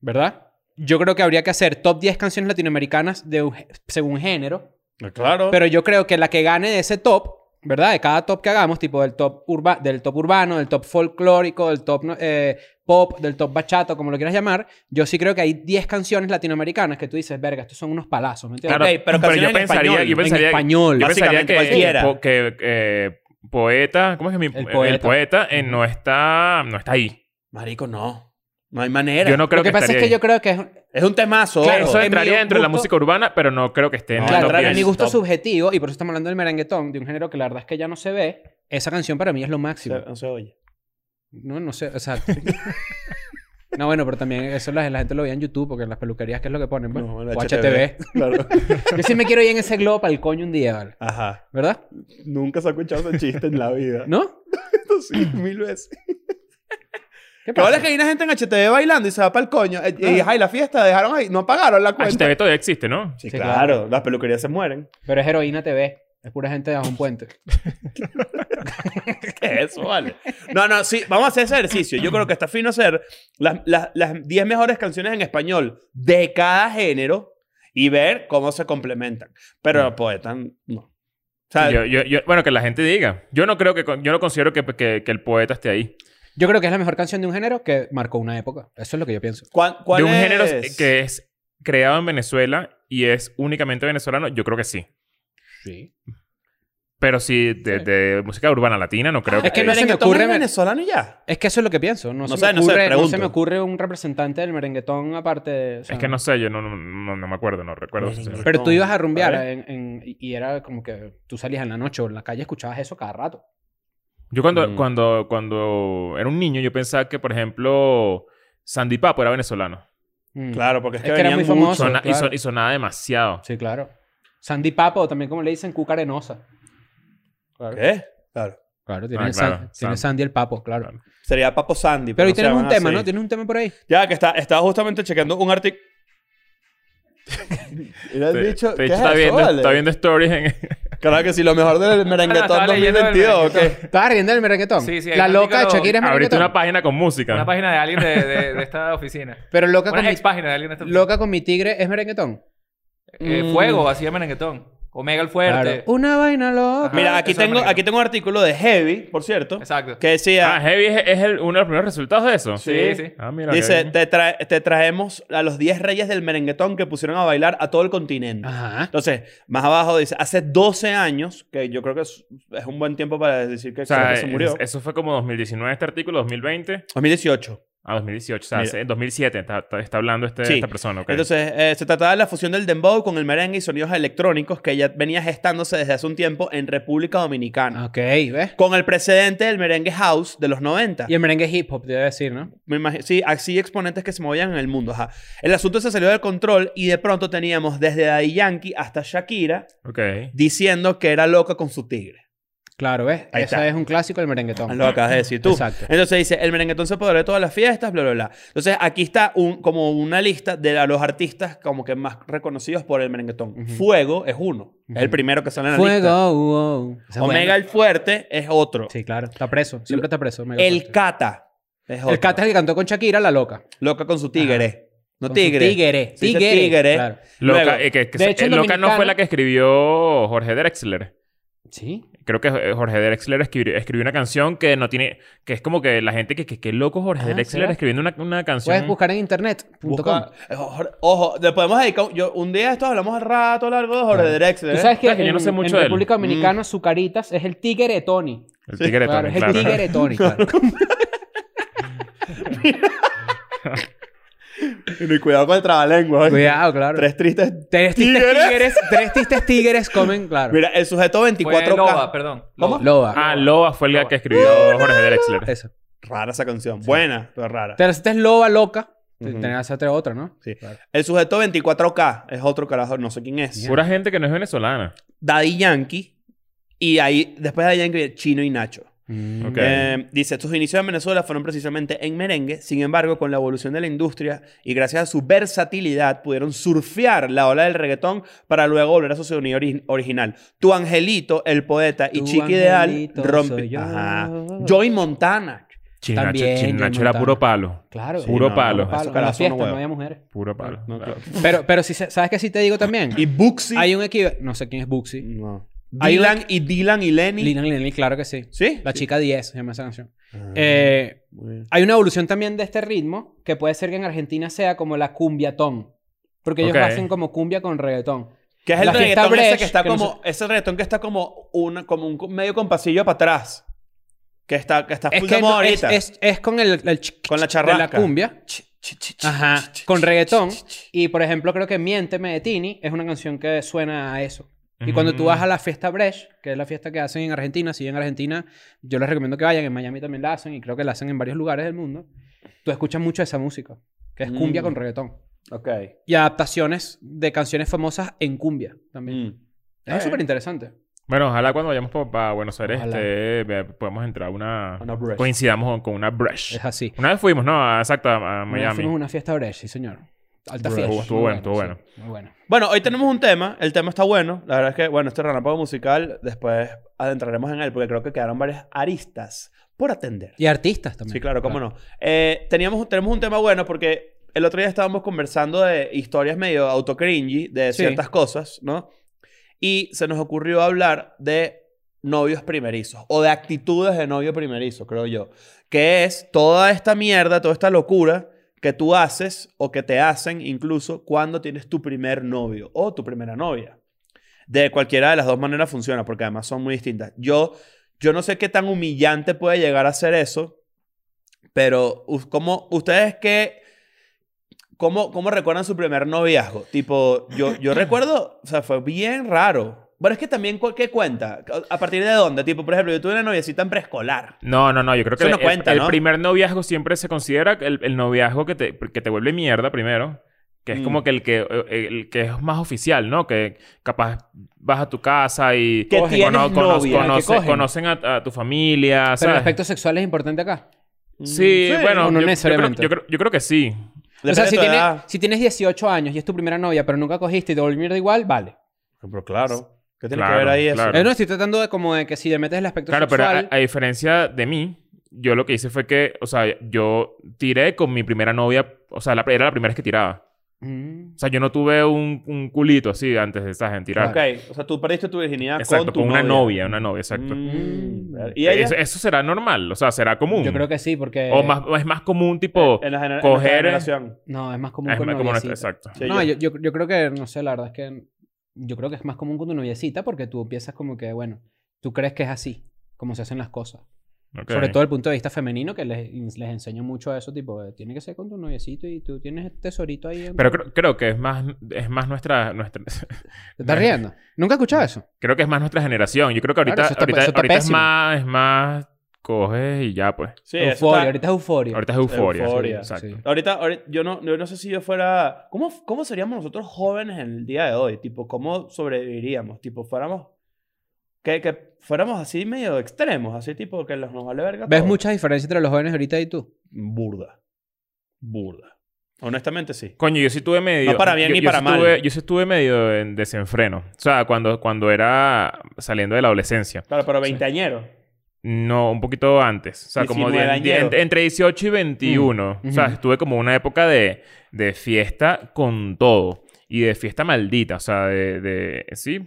S4: ¿verdad? Yo creo que habría que hacer top 10 canciones latinoamericanas de, un gé- según género.
S3: Claro.
S4: Pero yo creo que la que gane de ese top, ¿verdad? De cada top que hagamos, tipo del top, urba- del top urbano, del top folclórico, del top no- eh, pop, del top bachato, como lo quieras llamar, yo sí creo que hay 10 canciones latinoamericanas que tú dices, verga, estos son unos palazos, ¿me entiendes?
S2: Claro,
S3: Ok, pero canciones
S2: yo
S3: en
S2: pensaría,
S3: español.
S2: yo pensaría,
S4: en español.
S2: yo pensaría
S3: Básicamente
S2: que,
S3: cualquiera.
S2: po- que, eh, poeta, ¿cómo es que mi,
S4: El
S2: el
S4: poeta.
S2: poeta, eh, no está no está ahí.
S3: Marico, no. No hay manera.
S2: Yo no creo
S4: lo que, pasa es
S2: estaría
S4: que yo
S2: ahí.
S4: creo que es...
S3: Es un temazo.
S4: Claro,
S3: ojo.
S2: eso
S4: en mi
S2: entraría dentro de la
S4: gusto-
S2: música urbana, pero no creo que esté en
S3: No,
S2: el
S4: claro,
S2: top
S3: entraría
S4: en
S2: 10.
S4: mi gusto
S3: top.
S4: subjetivo, y por eso estamos hablando del merenguetón, de un género que la verdad es que ya no se ve, esa canción para mí es lo máximo.
S3: Se- no se oye.
S4: No, no sé, exacto. No, bueno, pero también eso la, la gente lo veía en YouTube, porque en las peluquerías, ¿qué es lo que ponen? Bueno,
S3: No,
S4: o
S3: en
S4: HTV.
S3: Claro.
S4: Yo sí me quiero ir en ese globo al coño un día, ¿vale?
S3: Ajá.
S4: ¿Verdad?
S3: Nunca se ha escuchado ese chiste en la vida.
S4: ¿No?
S3: Esto sí, mil veces.
S4: ¿Qué
S3: Pero ahora
S4: pasa?
S3: es que hay una gente en HTV bailando y se va para el coño. Eh,
S2: Ah.
S3: Y,
S4: Claro.
S3: ay, la fiesta dejaron ahí. No pagaron la cuenta.
S2: HTV todavía este existe, ¿no?
S3: Sí,
S4: Sí,
S3: claro.
S4: claro.
S3: Las peluquerías se mueren.
S4: Pero es heroína TV. Es pura gente debajo de un puente.
S3: ¿Qué es eso, vale? No, no, sí. Vamos a hacer ese ejercicio. Yo creo que está fino hacer las, las, las 10 mejores canciones en español de cada género y ver cómo se complementan. Pero poeta, no. O sea,
S2: Mm. Yo- yo- yo- bueno, que la gente diga. Yo no creo que con- yo no considero que, que- que el poeta esté ahí.
S4: Yo creo que es la mejor canción de un género que marcó una época. Eso es lo que yo pienso.
S3: ¿cuál, cuál
S2: de un
S3: es?
S2: género que es creado en Venezuela y es únicamente venezolano, yo creo que sí.
S4: Sí.
S2: Pero sí, de,
S4: Sí.
S2: de música urbana latina, no creo
S4: Es que no se me
S3: Merenguetón
S4: ocurre-
S3: es venezolano y ya.
S4: Es que eso es lo que pienso. No,
S3: No sé,
S4: se, me
S3: no sé,
S4: ocurre, no,
S3: pregunto.
S4: se me ocurre un representante del merenguetón aparte de... o sea,
S2: Es que no sé, yo no, no, no- no me acuerdo, no recuerdo.
S3: Merengue.
S2: sinceramente.
S4: Pero tú ibas a rumbear
S3: ¿Vale?
S4: en- en- y y era como que tú salías en la noche o en la calle escuchabas eso cada rato.
S2: Yo cuando,
S4: Mm.
S2: cuando, cuando era un niño, yo pensaba que, por ejemplo, Sandy Papo era venezolano.
S4: Mm.
S3: Claro, porque es
S4: Es
S3: que,
S4: que era
S3: venían
S4: muy
S3: mucho.
S4: famoso.
S2: Sona- y,
S4: claro.
S2: son- y sonaba demasiado.
S4: Sí, claro. Sandy Papo, o también como le dicen, Cuca Arenosa. Claro.
S3: ¿Qué? Claro.
S4: Claro, tiene,
S2: Ah,
S4: el San-
S2: claro, Sandy.
S4: tiene Sandy el Papo, claro.
S2: Claro.
S3: Sería Papo Sandy.
S4: Pero hoy
S3: se
S4: tenemos un
S3: llaman
S4: tema,
S3: así.
S4: ¿no? ¿Tienes un tema por ahí?
S3: Ya, que está, estaba justamente chequeando un artículo. Mira el
S2: De,
S3: bicho,
S2: de hecho,
S3: ¿qué es
S2: está,
S3: eso,
S2: viendo,
S3: vale?
S2: está viendo stories en...
S3: Claro que sí, lo mejor del merenguetón
S5: Ah, estaba leyendo el
S3: 2022, ¿o
S5: merenguetón.
S3: qué?
S4: ¿Estabas riendo del merenguetón?
S5: Sí, sí, hay
S4: La
S5: un
S4: loca de
S5: artículo-
S4: Shakira es
S2: Abriste
S4: merenguetón.
S2: una página con música.
S5: Una página de alguien de, de- de esta oficina.
S4: Pero loca con,
S5: Una
S4: mi,
S5: ex página de alguien de esta oficina.
S4: loca con mi tigre es merenguetón.
S5: Eh,
S3: Mm.
S5: Fuego, así de merenguetón. Omega el fuerte.
S4: Claro. Una vaina loca.
S5: Ajá.
S3: Mira, aquí
S5: Eso es
S3: tengo,
S5: merenguetón.
S3: aquí tengo un artículo de Heavy, por cierto,
S5: Exacto.
S3: que decía,
S2: Ah, Heavy es, es el- uno de los primeros resultados de eso.
S5: Sí, sí.
S2: Ah, mira.
S3: dice,
S2: qué-
S3: te, tra- te traemos a los 10 reyes del merenguetón que pusieron a bailar a todo el continente.
S4: Ajá.
S3: Entonces, más abajo dice, hace 12 años, que yo creo que es, es un buen tiempo para decir que,
S2: O sea,
S3: que se murió.
S2: es- eso fue como 2019 este artículo, 2020
S3: 2018.
S2: a 2018. O sea,
S3: Mira.
S2: hace- en 2007 está, está- está hablando este,
S3: Sí.
S2: esta persona. ok.
S3: Entonces, eh, se trataba de la fusión del dembow con el merengue y sonidos electrónicos que ya venía gestándose desde hace un tiempo en República Dominicana.
S4: Ok, ¿ves?
S3: Con el precedente del merengue house de los 90.
S4: Ah. Y em el merengue hip hop, debe decir, ¿no?
S3: Me imagi- sí, así exponentes que se movían en el mundo. Ajá. El asunto se salió del control y de pronto teníamos desde Daddy Yankee hasta Shakira
S2: ok.
S3: diciendo que era loca con su tigre.
S4: Claro, ¿ves?
S3: Ahí
S4: Esa
S3: está.
S4: es un clásico del merenguetón.
S3: Lo acabas de decir tú.
S4: Exacto.
S3: Entonces dice, el merenguetón se apoderó de todas las fiestas, bla, bla, bla. Entonces aquí está un, como una lista de la- los artistas como que más reconocidos por el merenguetón. Fuego es uno. Es el primero que sale en la lista.
S4: Fuego, wow. Ese es
S3: Omega
S4: bueno.
S3: el Fuerte es otro.
S4: Sí, claro. Está preso. Siempre está preso. Omega
S3: el
S4: Fuerte.
S3: Cata es otro.
S4: El Cata es el que cantó con Shakira, la loca.
S3: Loca con su tigre. No
S4: Con su
S3: tigre.
S4: Tigre.
S3: Se dice
S4: Tigre.
S3: tigre.
S4: Claro.
S2: Loca,
S3: Luego,
S2: eh, que- que
S4: de
S2: se-
S4: hecho,
S2: eh,
S4: el
S2: Loca no
S4: dominicano-
S2: fue la que escribió Jorge Drexler.
S4: Sí.
S2: Creo que eh, Jorge Drexler escribió, escribió una canción que no tiene... Que es como que la gente que... que Qué loco Jorge
S4: Ah,
S2: Drexler
S4: ¿será?
S2: escribiendo una, una canción.
S4: Puedes buscar en internet.com.
S3: Busca- Ojo, ojo, le podemos dedicar. Yo, un día de estos hablamos al rato largo de Jorge Drexler.
S4: Tú
S3: ¿eh?
S4: sabes que,
S2: Sabes que yo no
S4: en-
S2: sé mucho
S4: en
S2: de él.
S3: Mm.
S4: República Dominicana, su caritas es el tigre Tony.
S2: El tigre Tony,
S4: Claro, es el
S2: claro.
S4: tigre Tony. claro.
S3: Y cuidado con el trabalengua. ¿eh?
S4: Cuidado, claro.
S3: Tres tristes
S4: Tres tristes
S3: ¿Tigres?
S4: tigres. tres tristes tigres comen, claro.
S3: Mira, el sujeto
S5: Fue
S3: 24K.
S5: Loba, perdón.
S3: ¿Cómo?
S5: Loba.
S4: Loba.
S2: Ah, Loba fue el
S5: Loba.
S2: que escribió Jorge Drexler.
S4: Eso.
S3: Rara esa canción. Buena, pero rara.
S4: Pero si esta es loba loca, te-
S3: Ujú.
S4: tenías que hacerte otra, ¿no?
S3: Sí. El sujeto 24K es otro carajo, no sé quién es.
S2: Pura gente que no es venezolana.
S3: Daddy Yankee. Y ahí, después de Daddy Yankee, Chino y Nacho.
S2: Ok.
S3: Eh, dice, sus inicios en Venezuela fueron precisamente en merengue, sin embargo, con la evolución de la industria y gracias a su versatilidad pudieron surfear la ola del reggaetón para luego volver a su sonido ori- original. Tu Angelito, el poeta y
S4: Tu
S3: Chiqui
S4: angelito
S3: Ideal rompe...
S4: soy yo.
S3: Ajá. Joy Montana.
S2: Chinacho,
S4: También,
S2: Chinacho
S4: Johnny
S2: era
S4: Montana.
S2: puro palo.
S4: Claro.
S3: Sí,
S2: Puro
S3: no,
S2: palo.
S3: no,
S4: Palo,
S3: Esos
S4: en la
S3: carajos son
S4: fiesta
S3: unos
S4: no
S3: huevos.
S4: había mujeres.
S2: Puro palo.
S3: No, claro.
S4: Pero, pero si, se- ¿sabes qué sí te digo también?
S3: Y Buxi.
S4: Hay un equivalente... No sé quién es Buxi.
S3: No.
S4: Hay
S3: Dylan y Dylan y Lenny.
S4: Lina Lenny, claro que sí.
S3: ¿Sí?
S4: La chica 10 se llama esa canción.
S3: Ah,
S4: Eh,
S3: muy bien.
S4: Hay una evolución también de este ritmo que puede ser que en Argentina sea como la cumbiatón. Porque ellos
S2: Ok.
S4: hacen como cumbia con reggaetón.
S3: Que es el
S4: la fiesta
S3: reggaetón ese
S4: Brecht,
S3: que está
S4: que no
S3: como... Ese reggaetón que está como, una, como un medio compasillo para atrás. Que está, que está
S4: Es
S3: full
S4: que
S3: de moda
S4: no, es,
S3: ahorita.
S4: es- es con el, el ch-
S3: Con la
S4: ch- de la
S3: charrasca.
S4: cumbia. Ajá. Con reggaetón. Y por ejemplo, creo que Miénteme de Tini es una canción que suena a eso. Y cuando tú vas a la fiesta Brecht, que es la fiesta que hacen en Argentina, si en Argentina, yo les recomiendo que vayan, en Miami también la hacen y creo que la hacen en varios lugares del mundo, tú escuchas mucho esa música, que es cumbia
S3: Mm.
S4: con reggaetón.
S3: Ok.
S4: Y adaptaciones de canciones famosas en cumbia también.
S3: Mm.
S4: Es súper interesante.
S2: Bueno, ojalá cuando vayamos para Buenos Aires
S4: Ojalá.
S2: este, ve- podamos entrar a una...
S3: Una brush.
S2: Coincidamos con una brush.
S4: Es así.
S2: Una vez fuimos, ¿no? A- Exacto, a a
S4: Una vez Fuimos a
S2: Miami.
S4: una fiesta de Brecht, sí, señor. Alta
S2: Brush.
S4: fiesta.
S2: Estuvo
S4: Muy
S2: bueno, estuvo bueno.
S4: sí, Muy bueno.
S3: Bueno, hoy tenemos un tema. El tema está bueno. La verdad es que, bueno, este relámpago musical, después adentraremos en él porque creo que quedaron varias aristas por atender.
S4: Y artistas también.
S3: Sí, claro, cómo no. Eh, teníamos, tenemos un tema bueno porque el otro día estábamos conversando de historias medio autocringy, de
S4: Sí.
S3: ciertas cosas, ¿no? Y se nos ocurrió hablar de novios primerizos o de actitudes de novio primerizo, creo yo. Que es toda esta mierda, toda esta locura que tú haces o que te hacen incluso cuando tienes tu primer novio o tu primera novia. De cualquiera de las dos maneras funciona, porque además son muy distintas. Yo, yo no sé qué tan humillante puede llegar a ser eso, pero u- ¿cómo, ustedes qué, cómo, cómo recuerdan su primer noviazgo? Tipo, yo, yo recuerdo, o sea, fue bien raro. Bueno, es que también, cu- ¿qué cuenta? ¿A partir de dónde? Tipo, por ejemplo, yo tuve una noviecita en preescolar.
S2: No, no, no. Yo creo que
S3: Eso no
S2: el,
S3: cuenta,
S2: el
S3: ¿no?
S2: primer noviazgo siempre se considera el, el noviazgo que te, que te vuelve mierda primero. Que es
S3: Mm.
S2: como que el que, eh, el que es más oficial, ¿no? Que capaz vas a tu casa y...
S3: Que
S4: Cogen.
S3: tienes
S2: cono- cono-
S3: novia.
S4: cono-
S2: conoce-
S4: que cogen.
S2: conocen a, a tu familia,
S4: Pero el
S2: ¿sabes? Mm,
S4: aspecto sexual es importante acá.
S2: Sí, bueno,
S4: o no
S2: yo- yo,
S4: necesariamente.
S2: creo, yo creo- yo creo que sí.
S4: o sea, si,
S3: tiene...
S4: tiene- si tienes 18 años y es tu primera novia, pero nunca cogiste y te volvió mierda igual, vale.
S3: Pero claro. ¿Qué tiene que
S2: Claro,
S3: ver ahí eso?
S2: claro.
S4: Eh, no, estoy tratando de como de que si le metes el aspecto
S2: Claro, pero
S4: sexual...
S2: a, a diferencia de mí, yo lo que hice fue que, o sea, yo tiré con mi primera novia, o sea, la, era la primera vez que tiraba.
S4: Mm.
S2: O sea, yo no tuve un, un culito así antes de esas en tirar.
S3: Ok, o sea, tú perdiste tu virginidad
S2: Exacto,
S3: Ah, con
S2: con,
S3: tu
S2: una novia. una novia, exacto. E eh,
S3: Mm, ¿Y ella?
S2: Eso, eso será normal, o sea, será común.
S4: Yo creo que sí, porque...
S2: Mm. O más, o es más común, tipo,
S3: en la gener- en nuestra
S2: coger-
S3: generación.
S4: No, es más común
S2: es
S4: con
S2: más común,
S4: noviecita.
S2: exacto.
S3: Sí,
S4: no,
S3: yo-
S4: yo, yo- yo creo que, no sé, la verdad es que yo creo que es más común con tu noviecita porque tú empiezas como que, bueno, tú crees que es así, como se hacen las cosas.
S2: Ok.
S4: Sobre todo el punto de vista femenino, que les, les enseño mucho a eso, tipo, de, tiene que ser con tu noviecito y tú tienes el tesorito ahí. en-
S2: Pero creo, creo que es más, es más nuestra, nuestra
S4: ¿Te estás riendo? Nunca he escuchado
S2: Mm.
S4: eso.
S2: creo que es más nuestra generación. Yo creo que ahorita,
S4: Claro, eso está-
S2: ahorita,
S4: eso está
S2: ahorita es
S4: pésimo.
S2: más, es más coges y ya pues.
S3: Sí, eso
S4: euforia,
S3: está-
S4: ahorita es euforia.
S2: Ahorita es euforia.
S3: Euforia,
S2: exacto.
S4: sí.
S3: Ahorita, ahorita- yo, no, yo no sé si yo fuera... ¿cómo, ¿Cómo seríamos nosotros jóvenes en el día de hoy? Tipo, ¿cómo sobreviviríamos? Tipo, fuéramos... que, que fuéramos así medio extremos, así tipo que los- nos vale verga.
S4: ¿Ves
S3: todo.
S4: muchas diferencias entre los jóvenes ahorita y tú?
S3: Burda. Burda. Honestamente sí.
S2: Coño, yo sí tuve medio.
S3: No para bien
S2: yo-
S3: ni
S2: yo
S3: para
S2: sí
S3: mal.
S2: tuve- yo sí estuve medio en desenfreno. O sea, cuando, cuando era saliendo de la adolescencia.
S3: Claro, pero veinteañero.
S2: No, un poquito antes. O sea, como
S3: 19
S2: die- die-
S3: añero.
S2: ent- entre 18 y 21.
S4: Mm.
S2: O sea,
S4: Ujú.
S2: estuve como una época de, de fiesta con todo. Y de fiesta maldita. O sea, de... de- sí.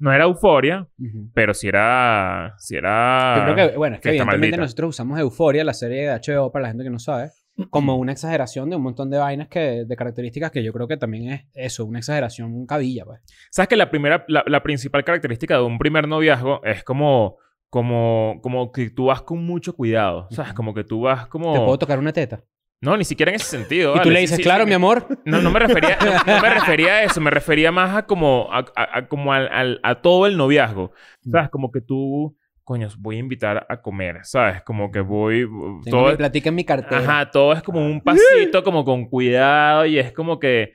S2: No era euforia, pero sí era... Sí era...
S4: Yo creo que, bueno, es que
S2: fiesta
S4: evidentemente
S2: maldita.
S4: nosotros usamos Euforia, la serie de HBO, para la gente que no sabe, como una exageración de un montón de vainas, que, de características que yo creo que también es eso, una exageración cabilla, pues.
S2: ¿Sabes que la primera... La, la principal característica de un primer noviazgo es como... Como, como que tú vas con mucho cuidado. O sea, es como que tú vas como...
S4: Te puedo tocar una teta.
S2: No, ni siquiera en ese sentido.
S4: y tú
S2: Oh. vale.
S4: le
S2: Sí,
S4: dices,
S2: sí,
S4: claro,
S2: sí,
S4: mi amor.
S2: No, no me refería, no, no me refería a eso, me refería más a como a, a- a como al- al- a todo el noviazgo.
S4: Mm.
S2: ¿Sabes? Como que tú, coño, voy a invitar a comer, ¿sabes? Como que voy uh,
S4: Tengo
S2: todo
S4: mi platica en mi cartera.
S2: ajá, todo es como un pasito como con cuidado y es como que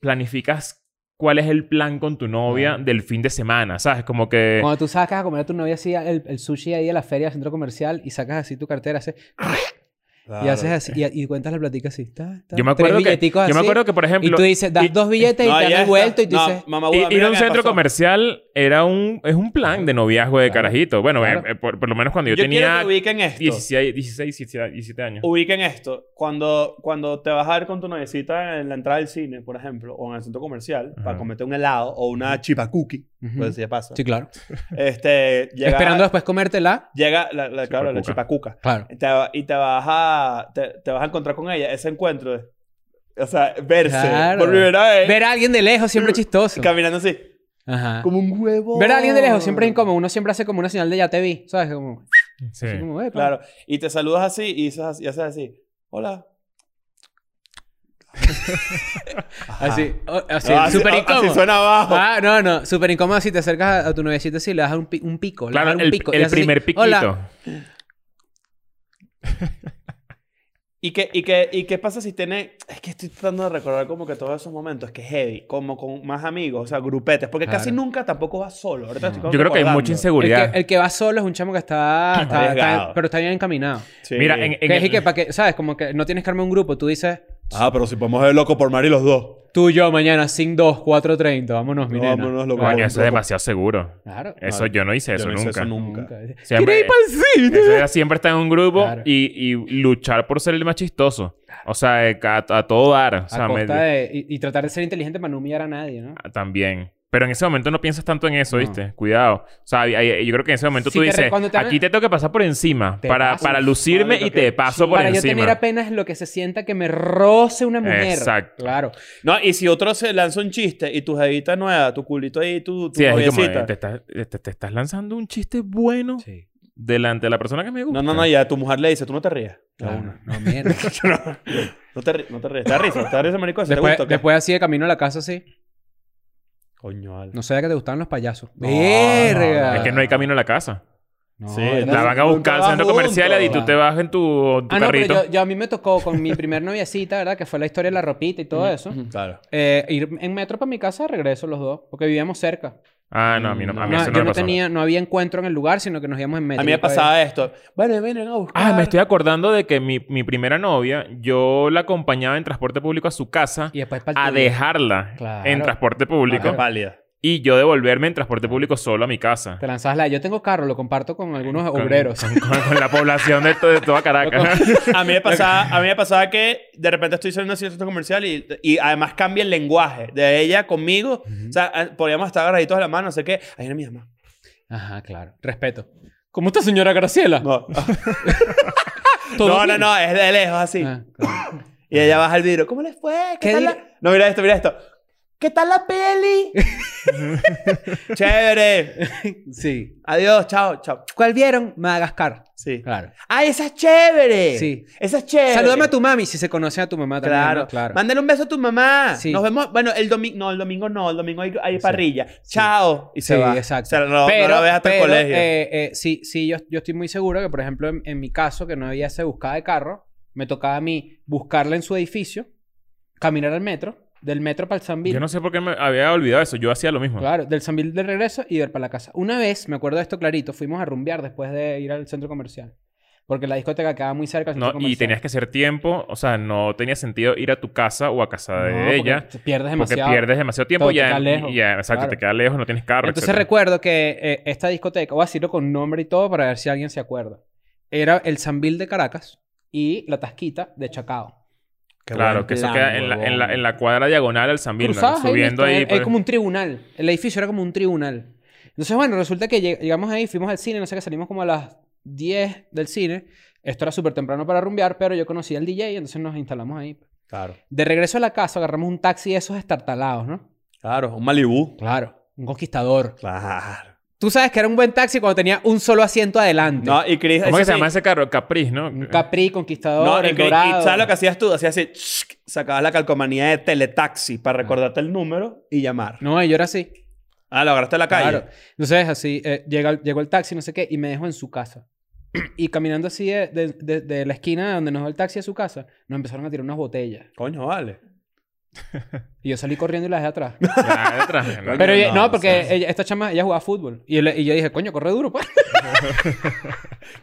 S2: planificas cuál es el plan con tu novia del fin de semana, ¿sabes? Como que
S4: Cuando tú sacas a comer a tu novia así el, el sushi ahí a la feria del centro comercial y sacas así tu cartera haces- y haces así y, y cuentas la platica así. ta, ta,
S2: yo me
S4: tres
S2: acuerdo que
S4: billeticos
S2: yo me
S4: así,
S2: acuerdo que por
S4: y
S2: ejemplo
S4: tú dices, das
S2: y-
S4: dos billetes y te
S3: ya
S4: dan el
S3: está.
S4: vuelto y tú
S3: No,
S4: dices,
S3: mamá
S2: I-
S3: hueva,
S2: ir
S3: mira
S2: a un
S3: qué me
S2: centro
S3: pasó.
S2: comercial era un, es un plan de noviazgo de
S4: Claro.
S2: carajito. Bueno,
S4: Claro.
S2: eh, eh, por, por lo menos cuando
S3: Yo,
S2: yo,
S3: quiero
S2: tenía
S3: que ubiquen esto.
S2: 16, 16, 17, 17 años.
S3: Ubiquen esto. Cuando, cuando te vas a ver con tu noviecita en la entrada del cine, por ejemplo, o en el centro comercial,
S2: Ajá.
S3: para comerte un helado o una chipa cookie,
S4: Ujú.
S3: pues si pasa.
S4: sí, claro.
S3: Este, llega,
S4: Esperando después comértela.
S3: Llega, la, la- claro, la
S2: Chipacuca.
S3: chipa cuca.
S4: Claro.
S3: Y te, va- y te vas a te, te vas a encontrar con ella ese encuentro es- o sea verse
S4: Claro.
S3: por primera vez
S4: Ver a alguien de lejos siempre es chistoso.
S3: caminando así
S4: Ajá.
S3: como un huevo
S4: Ver a alguien de lejos siempre es incómodo. Uno siempre hace como una señal de ya te vi, ¿sabes? Como,
S2: Sí.
S4: así como, "Epa".
S3: claro y te saludas así y dices así- y haces así hola Ajá.
S4: Así, o- así,
S3: Ah, así-
S4: súper
S3: ah,
S4: incómodo.
S3: así suena abajo
S4: Ah, no, no, súper incómodo si te acercas a, a tu noviecita y le das un, pi- un pico. le
S2: Claro,
S4: das un
S2: el,
S4: pico, y
S2: el
S4: haces así,
S2: primer piquito.
S4: "Hola".
S3: ¿Y qué, y, qué, ¿Y qué pasa si tiene...? Es que estoy tratando de recordar como que todos esos momentos, que es heavy, como con más amigos, o sea, grupetes, porque
S4: Claro.
S3: casi nunca tampoco vas solo. Ahorita estoy
S2: Yo creo que hay
S3: recordando.
S2: mucha
S4: El que,
S2: inseguridad.
S4: el que va solo es un chamo que está, está-
S3: Arriesgado.
S4: está- pero está bien encaminado.
S3: Sí.
S2: Mira, en, en
S4: que,
S2: el-
S4: es que, para que, ¿sabes? Como que no tienes que armar un grupo. Tú dices,
S3: Ah, pero si podemos ver loco por Mari los dos.
S4: tú y yo mañana, sin 2, 4.30. Vámonos, mi
S3: No,
S4: nena.
S3: vámonos, loco.
S2: Coño,
S3: Loco.
S2: eso es demasiado seguro.
S4: Claro.
S2: Eso
S3: Claro.
S2: yo no hice eso
S3: Yo no hice
S2: nunca.
S3: eso nunca.
S2: Siempre-
S4: ¿Quieres ir pa'l cine?
S2: Eso era siempre estar en un grupo
S4: Claro.
S2: y, y luchar por ser el más chistoso. O sea, eh, a, a todo dar. O sea,
S4: A
S2: me- Ah,
S4: costa de- y, y tratar de ser inteligente para no humillar a nadie, ¿no?
S2: También. Pero en ese momento no piensas tanto en eso,
S4: No.
S2: ¿viste? Cuidado. O sea, hay- hay- yo creo que en ese momento
S4: Si
S2: tú
S4: te re-
S2: dices,
S4: cuando te hagan-
S2: aquí te tengo que pasar por encima
S4: Te
S2: para,
S4: paso.
S2: para lucirme
S3: Marico,
S2: y te
S3: que-
S2: paso por
S4: Para yo tener
S2: encima.
S4: apenas lo que se sienta que me roce una mujer.
S2: Exacto.
S4: Claro.
S3: No, y si otro se lanza un chiste y tu jevita nueva, tu culito ahí, tu, tu
S2: Sí, es que como,
S3: noviecita.
S2: eh, te, estás, eh, te, te estás lanzando un chiste bueno
S4: Sí.
S2: delante de la persona que me gusta.
S3: No, no, no, ya tu mujer le dice, tú no te rías. La
S4: Claro.
S3: una.
S4: No, mierda.
S3: No te, ri- no te rías. Te da risa, te da risa, marico. ¿Te
S4: después,
S3: gusta o qué?
S4: después así de camino a la casa, sí.
S3: Coño, vale.
S4: No sabía que te gustaban los payasos.
S3: No,
S4: Verga.
S2: Es que no hay camino a la casa.
S4: No,
S3: Sí,
S4: ¿verdad?
S2: La van a
S3: nunca
S2: buscar al
S3: vas
S2: centro comercial y
S3: junto.
S2: tú te vas en tu, en tu
S4: Ah, no, pero
S2: carrito.
S4: yo, yo a mí me tocó con mi primer noviecita, ¿verdad? Que fue la historia de la ropita y todo eso.
S3: Claro.
S4: Eh, ir en metro para mi casa, regreso los dos, porque vivíamos cerca.
S2: Ah, no, a mí, no, a mí
S4: No,
S2: eso no
S4: yo
S2: me
S4: no,
S2: pasó.
S4: tenía, no había encuentro en el lugar, sino que nos íbamos en metro.
S3: A mí me
S4: Yo todavía-
S3: pasaba esto. Bueno, vengan a buscar.
S2: Ah, me estoy acordando de que mi, mi primera novia, yo la acompañaba en transporte público a su casa
S4: Y después para
S2: a dejarla
S4: Claro.
S2: en transporte público.
S3: Marico, pálida.
S2: y yo devolverme en transporte público solo a mi casa.
S4: Te lanzas la. Yo tengo carro, lo comparto con algunos
S2: Con-
S4: obreros.
S2: Con, con- con la población de, to- de toda Caracas.
S3: A mí, me pasaba, a mí me pasaba que de repente estoy saliendo así del centro comercial y, y además cambia el lenguaje de ella conmigo. O sea, ah, podíamos estar agarraditos de la mano, no sé qué. Ahí era mi mamá.
S4: Ajá, claro. Respeto. ¿Cómo está, señora Graciela?
S3: No,
S4: ¿Todo
S3: no, no,
S4: bien?
S3: no, es de lejos así.
S4: Ah, claro.
S3: Y ella baja el vidrio. ¿Cómo les fue? ¿Qué,
S4: ¿Qué
S3: tal
S4: di-
S3: la... No, mira esto, mira esto. ¿Qué tal la peli? chévere.
S4: sí.
S3: Adiós, chao, chao.
S4: ¿Cuál vieron? Madagascar.
S3: Sí.
S4: Claro.
S3: ¡Ay, esa es chévere!
S4: Sí.
S3: Esa es chévere.
S4: Salúdame a tu mami si se conoce a tu mamá también.
S3: Claro.
S4: ¿no? claro.
S3: Mándale un beso a tu mamá.
S4: Sí.
S3: Nos vemos. Bueno, el domingo. No, el domingo no. El domingo hay, hay
S4: Sí.
S3: parrilla. Chao. Y se
S4: Sí,
S3: va.
S4: exacto.
S3: O sea, no,
S4: pero,
S3: no la ves hasta el
S4: pero,
S3: colegio.
S4: eh, eh, sí, sí yo, yo estoy muy seguro que, por ejemplo, en, en mi caso, que no había ese buscada de carro, me tocaba a mí buscarla en su edificio, caminar al metro, Del metro para el Sambil.
S2: Yo no sé por qué me había olvidado eso. Yo hacía lo mismo.
S4: Claro, del Sambil de regreso y del para la casa. Una vez, me acuerdo de esto clarito, fuimos a rumbear después de ir al centro comercial. Porque la discoteca quedaba muy cerca del centro
S2: No,
S4: comercial.
S2: y tenías que hacer tiempo. O sea, no tenía sentido ir a tu casa o a casa de
S4: No, porque
S2: ella.
S4: te pierdes
S2: Porque
S4: demasiado.
S2: pierdes demasiado tiempo
S4: Todo
S2: y
S4: te
S2: ya,
S4: queda lejos.
S2: y ya, exacto,
S4: Claro.
S2: te queda lejos, no tienes carro.
S4: Entonces
S2: etcétera.
S4: recuerdo que eh, esta discoteca, voy a decirlo con nombre y todo para ver si alguien se acuerda. Era el Sambil de Caracas y la Tasquita de Chacao.
S2: Claro, que eso queda en la, en la- en la cuadra diagonal al San Vilma,
S4: Cruzabas ahí,
S2: subiendo
S4: listo,
S2: ahí.
S4: era-
S2: pues.
S4: era como un tribunal. El edificio era como un tribunal. Entonces, bueno, resulta que lleg- llegamos ahí, fuimos al cine, no sé qué, salimos como a las 10 del cine. Esto era súper temprano para rumbear, pero yo conocí al DJ y entonces nos instalamos ahí.
S3: Claro.
S4: De regreso a la casa, agarramos un taxi de esos estartalados, ¿no?
S3: Claro, un Malibú.
S4: Claro. Un conquistador.
S3: Claro.
S4: Tú sabes que era un buen taxi cuando tenía un solo asiento adelante.
S3: No, y Chris.
S2: ¿Cómo
S3: eso
S2: que se
S3: sí.
S2: llama ese carro? Capriz, ¿no?
S4: Un Capri, conquistador,
S3: No, y,
S4: el
S3: Chris- y
S4: dorado.
S3: ¿sabes lo que hacías tú? Hacías así, shhh, sacabas la calcomanía de teletaxi para
S4: Ah.
S3: recordarte el número y llamar.
S4: No, yo era así.
S3: Ah, lo agarraste en la calle.
S4: Claro. Entonces, así, eh, llega, el- llegó el taxi, no sé qué, y me dejó en su casa. y caminando así de, de- de- de la esquina donde nos dejó el taxi a su casa, nos empezaron a tirar unas botellas.
S3: Coño, vale.
S4: Y yo salí corriendo y las dejé atrás.
S2: Ah, detrás, ¿no?
S4: Pero ella-
S3: no,
S4: no, porque ella- esta chama, ella jugaba fútbol. Y, le- y yo dije, coño, corre duro, pues.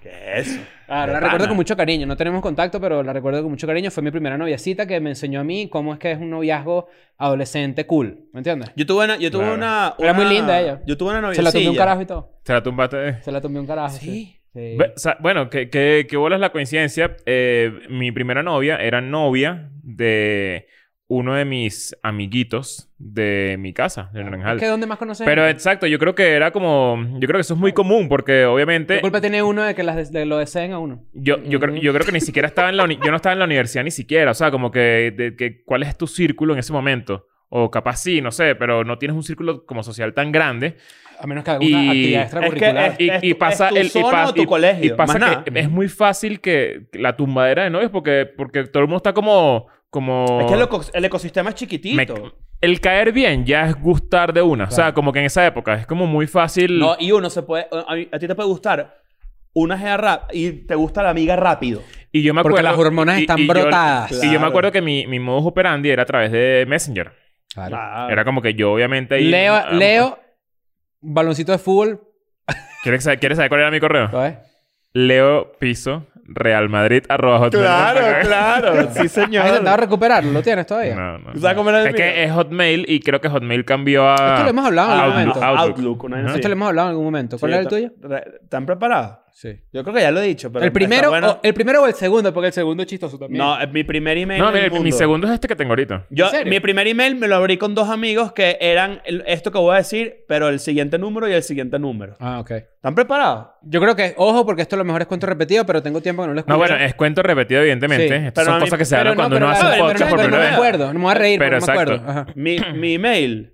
S3: ¿Qué es eso?
S4: Claro, la
S3: pana.
S4: recuerdo con mucho cariño. No tenemos contacto, pero la recuerdo con mucho cariño. Fue mi primera noviecita que me enseñó a mí cómo es que es un noviazgo adolescente cool. ¿Me entiendes?
S3: Yo tuve una. Yo tuve
S2: Claro.
S3: una,
S4: Era muy
S3: una-
S4: linda ella.
S3: Yo tuve una novia.
S4: Se la tumbé un carajo y todo.
S2: Se la tumbaste.
S4: Se la tumbé un carajo. Ah, Sí. Sí.
S2: Ve- o sea, Bueno, que, que, que bolas la coincidencia. Eh, mi primera novia era novia de uno de mis amiguitos de mi casa, de Naranjal.
S4: Es que ¿dónde más conoces?
S2: Pero
S4: gente?
S2: exacto, yo creo que era como. Yo creo que eso es muy común porque
S4: ¿Qué
S2: obviamente.
S4: culpa tiene uno de que las des- de- lo deseen a uno?
S2: Yo, yo, creo, yo creo que ni siquiera estaba en la uni- yo no estaba en la universidad ni siquiera, o sea, como que, de- que cuál es tu círculo en ese momento. O capaz sí, no sé, pero no tienes un círculo como social tan grande.
S4: A menos que haga una
S2: Y-
S4: actividad
S2: es que
S4: extracurricular.
S3: es-
S2: Y, y
S3: tu-
S2: pasa
S3: es tu
S2: el y
S3: zona
S2: pasa-
S3: o tu
S2: y-
S3: colegio,
S2: y pasa
S3: más
S2: que es muy fácil que que la tumbadera de novios porque, porque todo el mundo está como. como
S3: Es que el, eco- el ecosistema es chiquitito.
S2: me- el caer bien ya es gustar de una. O sea,
S4: Claro.
S2: como que en esa época es como muy fácil.
S3: Mm. No, y uno se puede. A, mí- a ti te puede gustar una gea rap y te gusta la amiga rápido.
S2: Y yo me
S4: Porque
S2: acuerdo,
S4: las hormonas están
S2: yo-
S4: brotadas.
S2: y yo me
S3: Claro.
S2: acuerdo que mi, mi modus operandi era a través de Messenger.
S3: Claro.
S2: Era como que yo, obviamente. ahí-
S4: Leo,
S2: ah,
S4: Leo, baloncito de fútbol.
S2: ¿Quieres saber, quieres saber cuál era mi correo?
S4: ¿lo ves?
S2: Leo Piso, Real Madrid, arroba hotmail punto com.
S3: claro. sí,
S4: ¿Has
S3: señor.
S4: intentado recuperarlo? ¿Lo tienes todavía?
S2: No, no,
S3: ¿Tú sabes
S2: no.
S3: cómo era el
S2: Es
S3: mío?
S2: que es Hotmail y creo que Hotmail cambió a.
S4: Esto lo hemos hablado en
S2: Outlook.
S4: algún momento.
S2: Outlook.
S3: una
S2: Ajá.
S3: vaina así.
S4: Esto lo hemos hablado en algún momento. ¿Cuál
S3: Sí,
S4: era el
S3: está-
S4: tuyo?
S3: re- ¿Están preparados?
S4: Sí.
S3: Yo creo que ya lo he dicho, pero.
S4: ¿El
S3: está
S4: primero,
S3: bueno.
S4: o, ¿El primero o el segundo? Porque el segundo es chistoso también.
S3: No, es mi primer email.
S2: No,
S3: del
S2: mira, mi
S3: mundo.
S2: segundo es este que tengo ahorita.
S3: Yo,
S4: ¿En serio?
S3: mi primer email me lo abrí con dos amigos que eran el- esto que voy a decir, pero el siguiente número y el siguiente número.
S4: Ah, ok.
S3: ¿Están preparados?
S4: Yo creo que, ojo, porque esto a lo mejor es cuento repetido, pero tengo tiempo que no lo escucho.
S2: No, bueno, es cuento repetido, evidentemente.
S4: Sí,
S2: Estas
S3: pero a
S2: son
S3: mí-
S2: cosas que se
S4: Pero
S2: hablan
S4: no,
S2: cuando
S4: pero
S2: uno hace
S4: dale,
S2: un
S4: pero
S2: podcast
S4: no,
S2: por
S4: pero
S2: primera
S4: no me
S2: vez.
S4: acuerdo. No me voy a reír,
S2: Pero
S4: pero no me
S2: exacto.
S4: acuerdo. Ajá.
S3: Mi, mi email.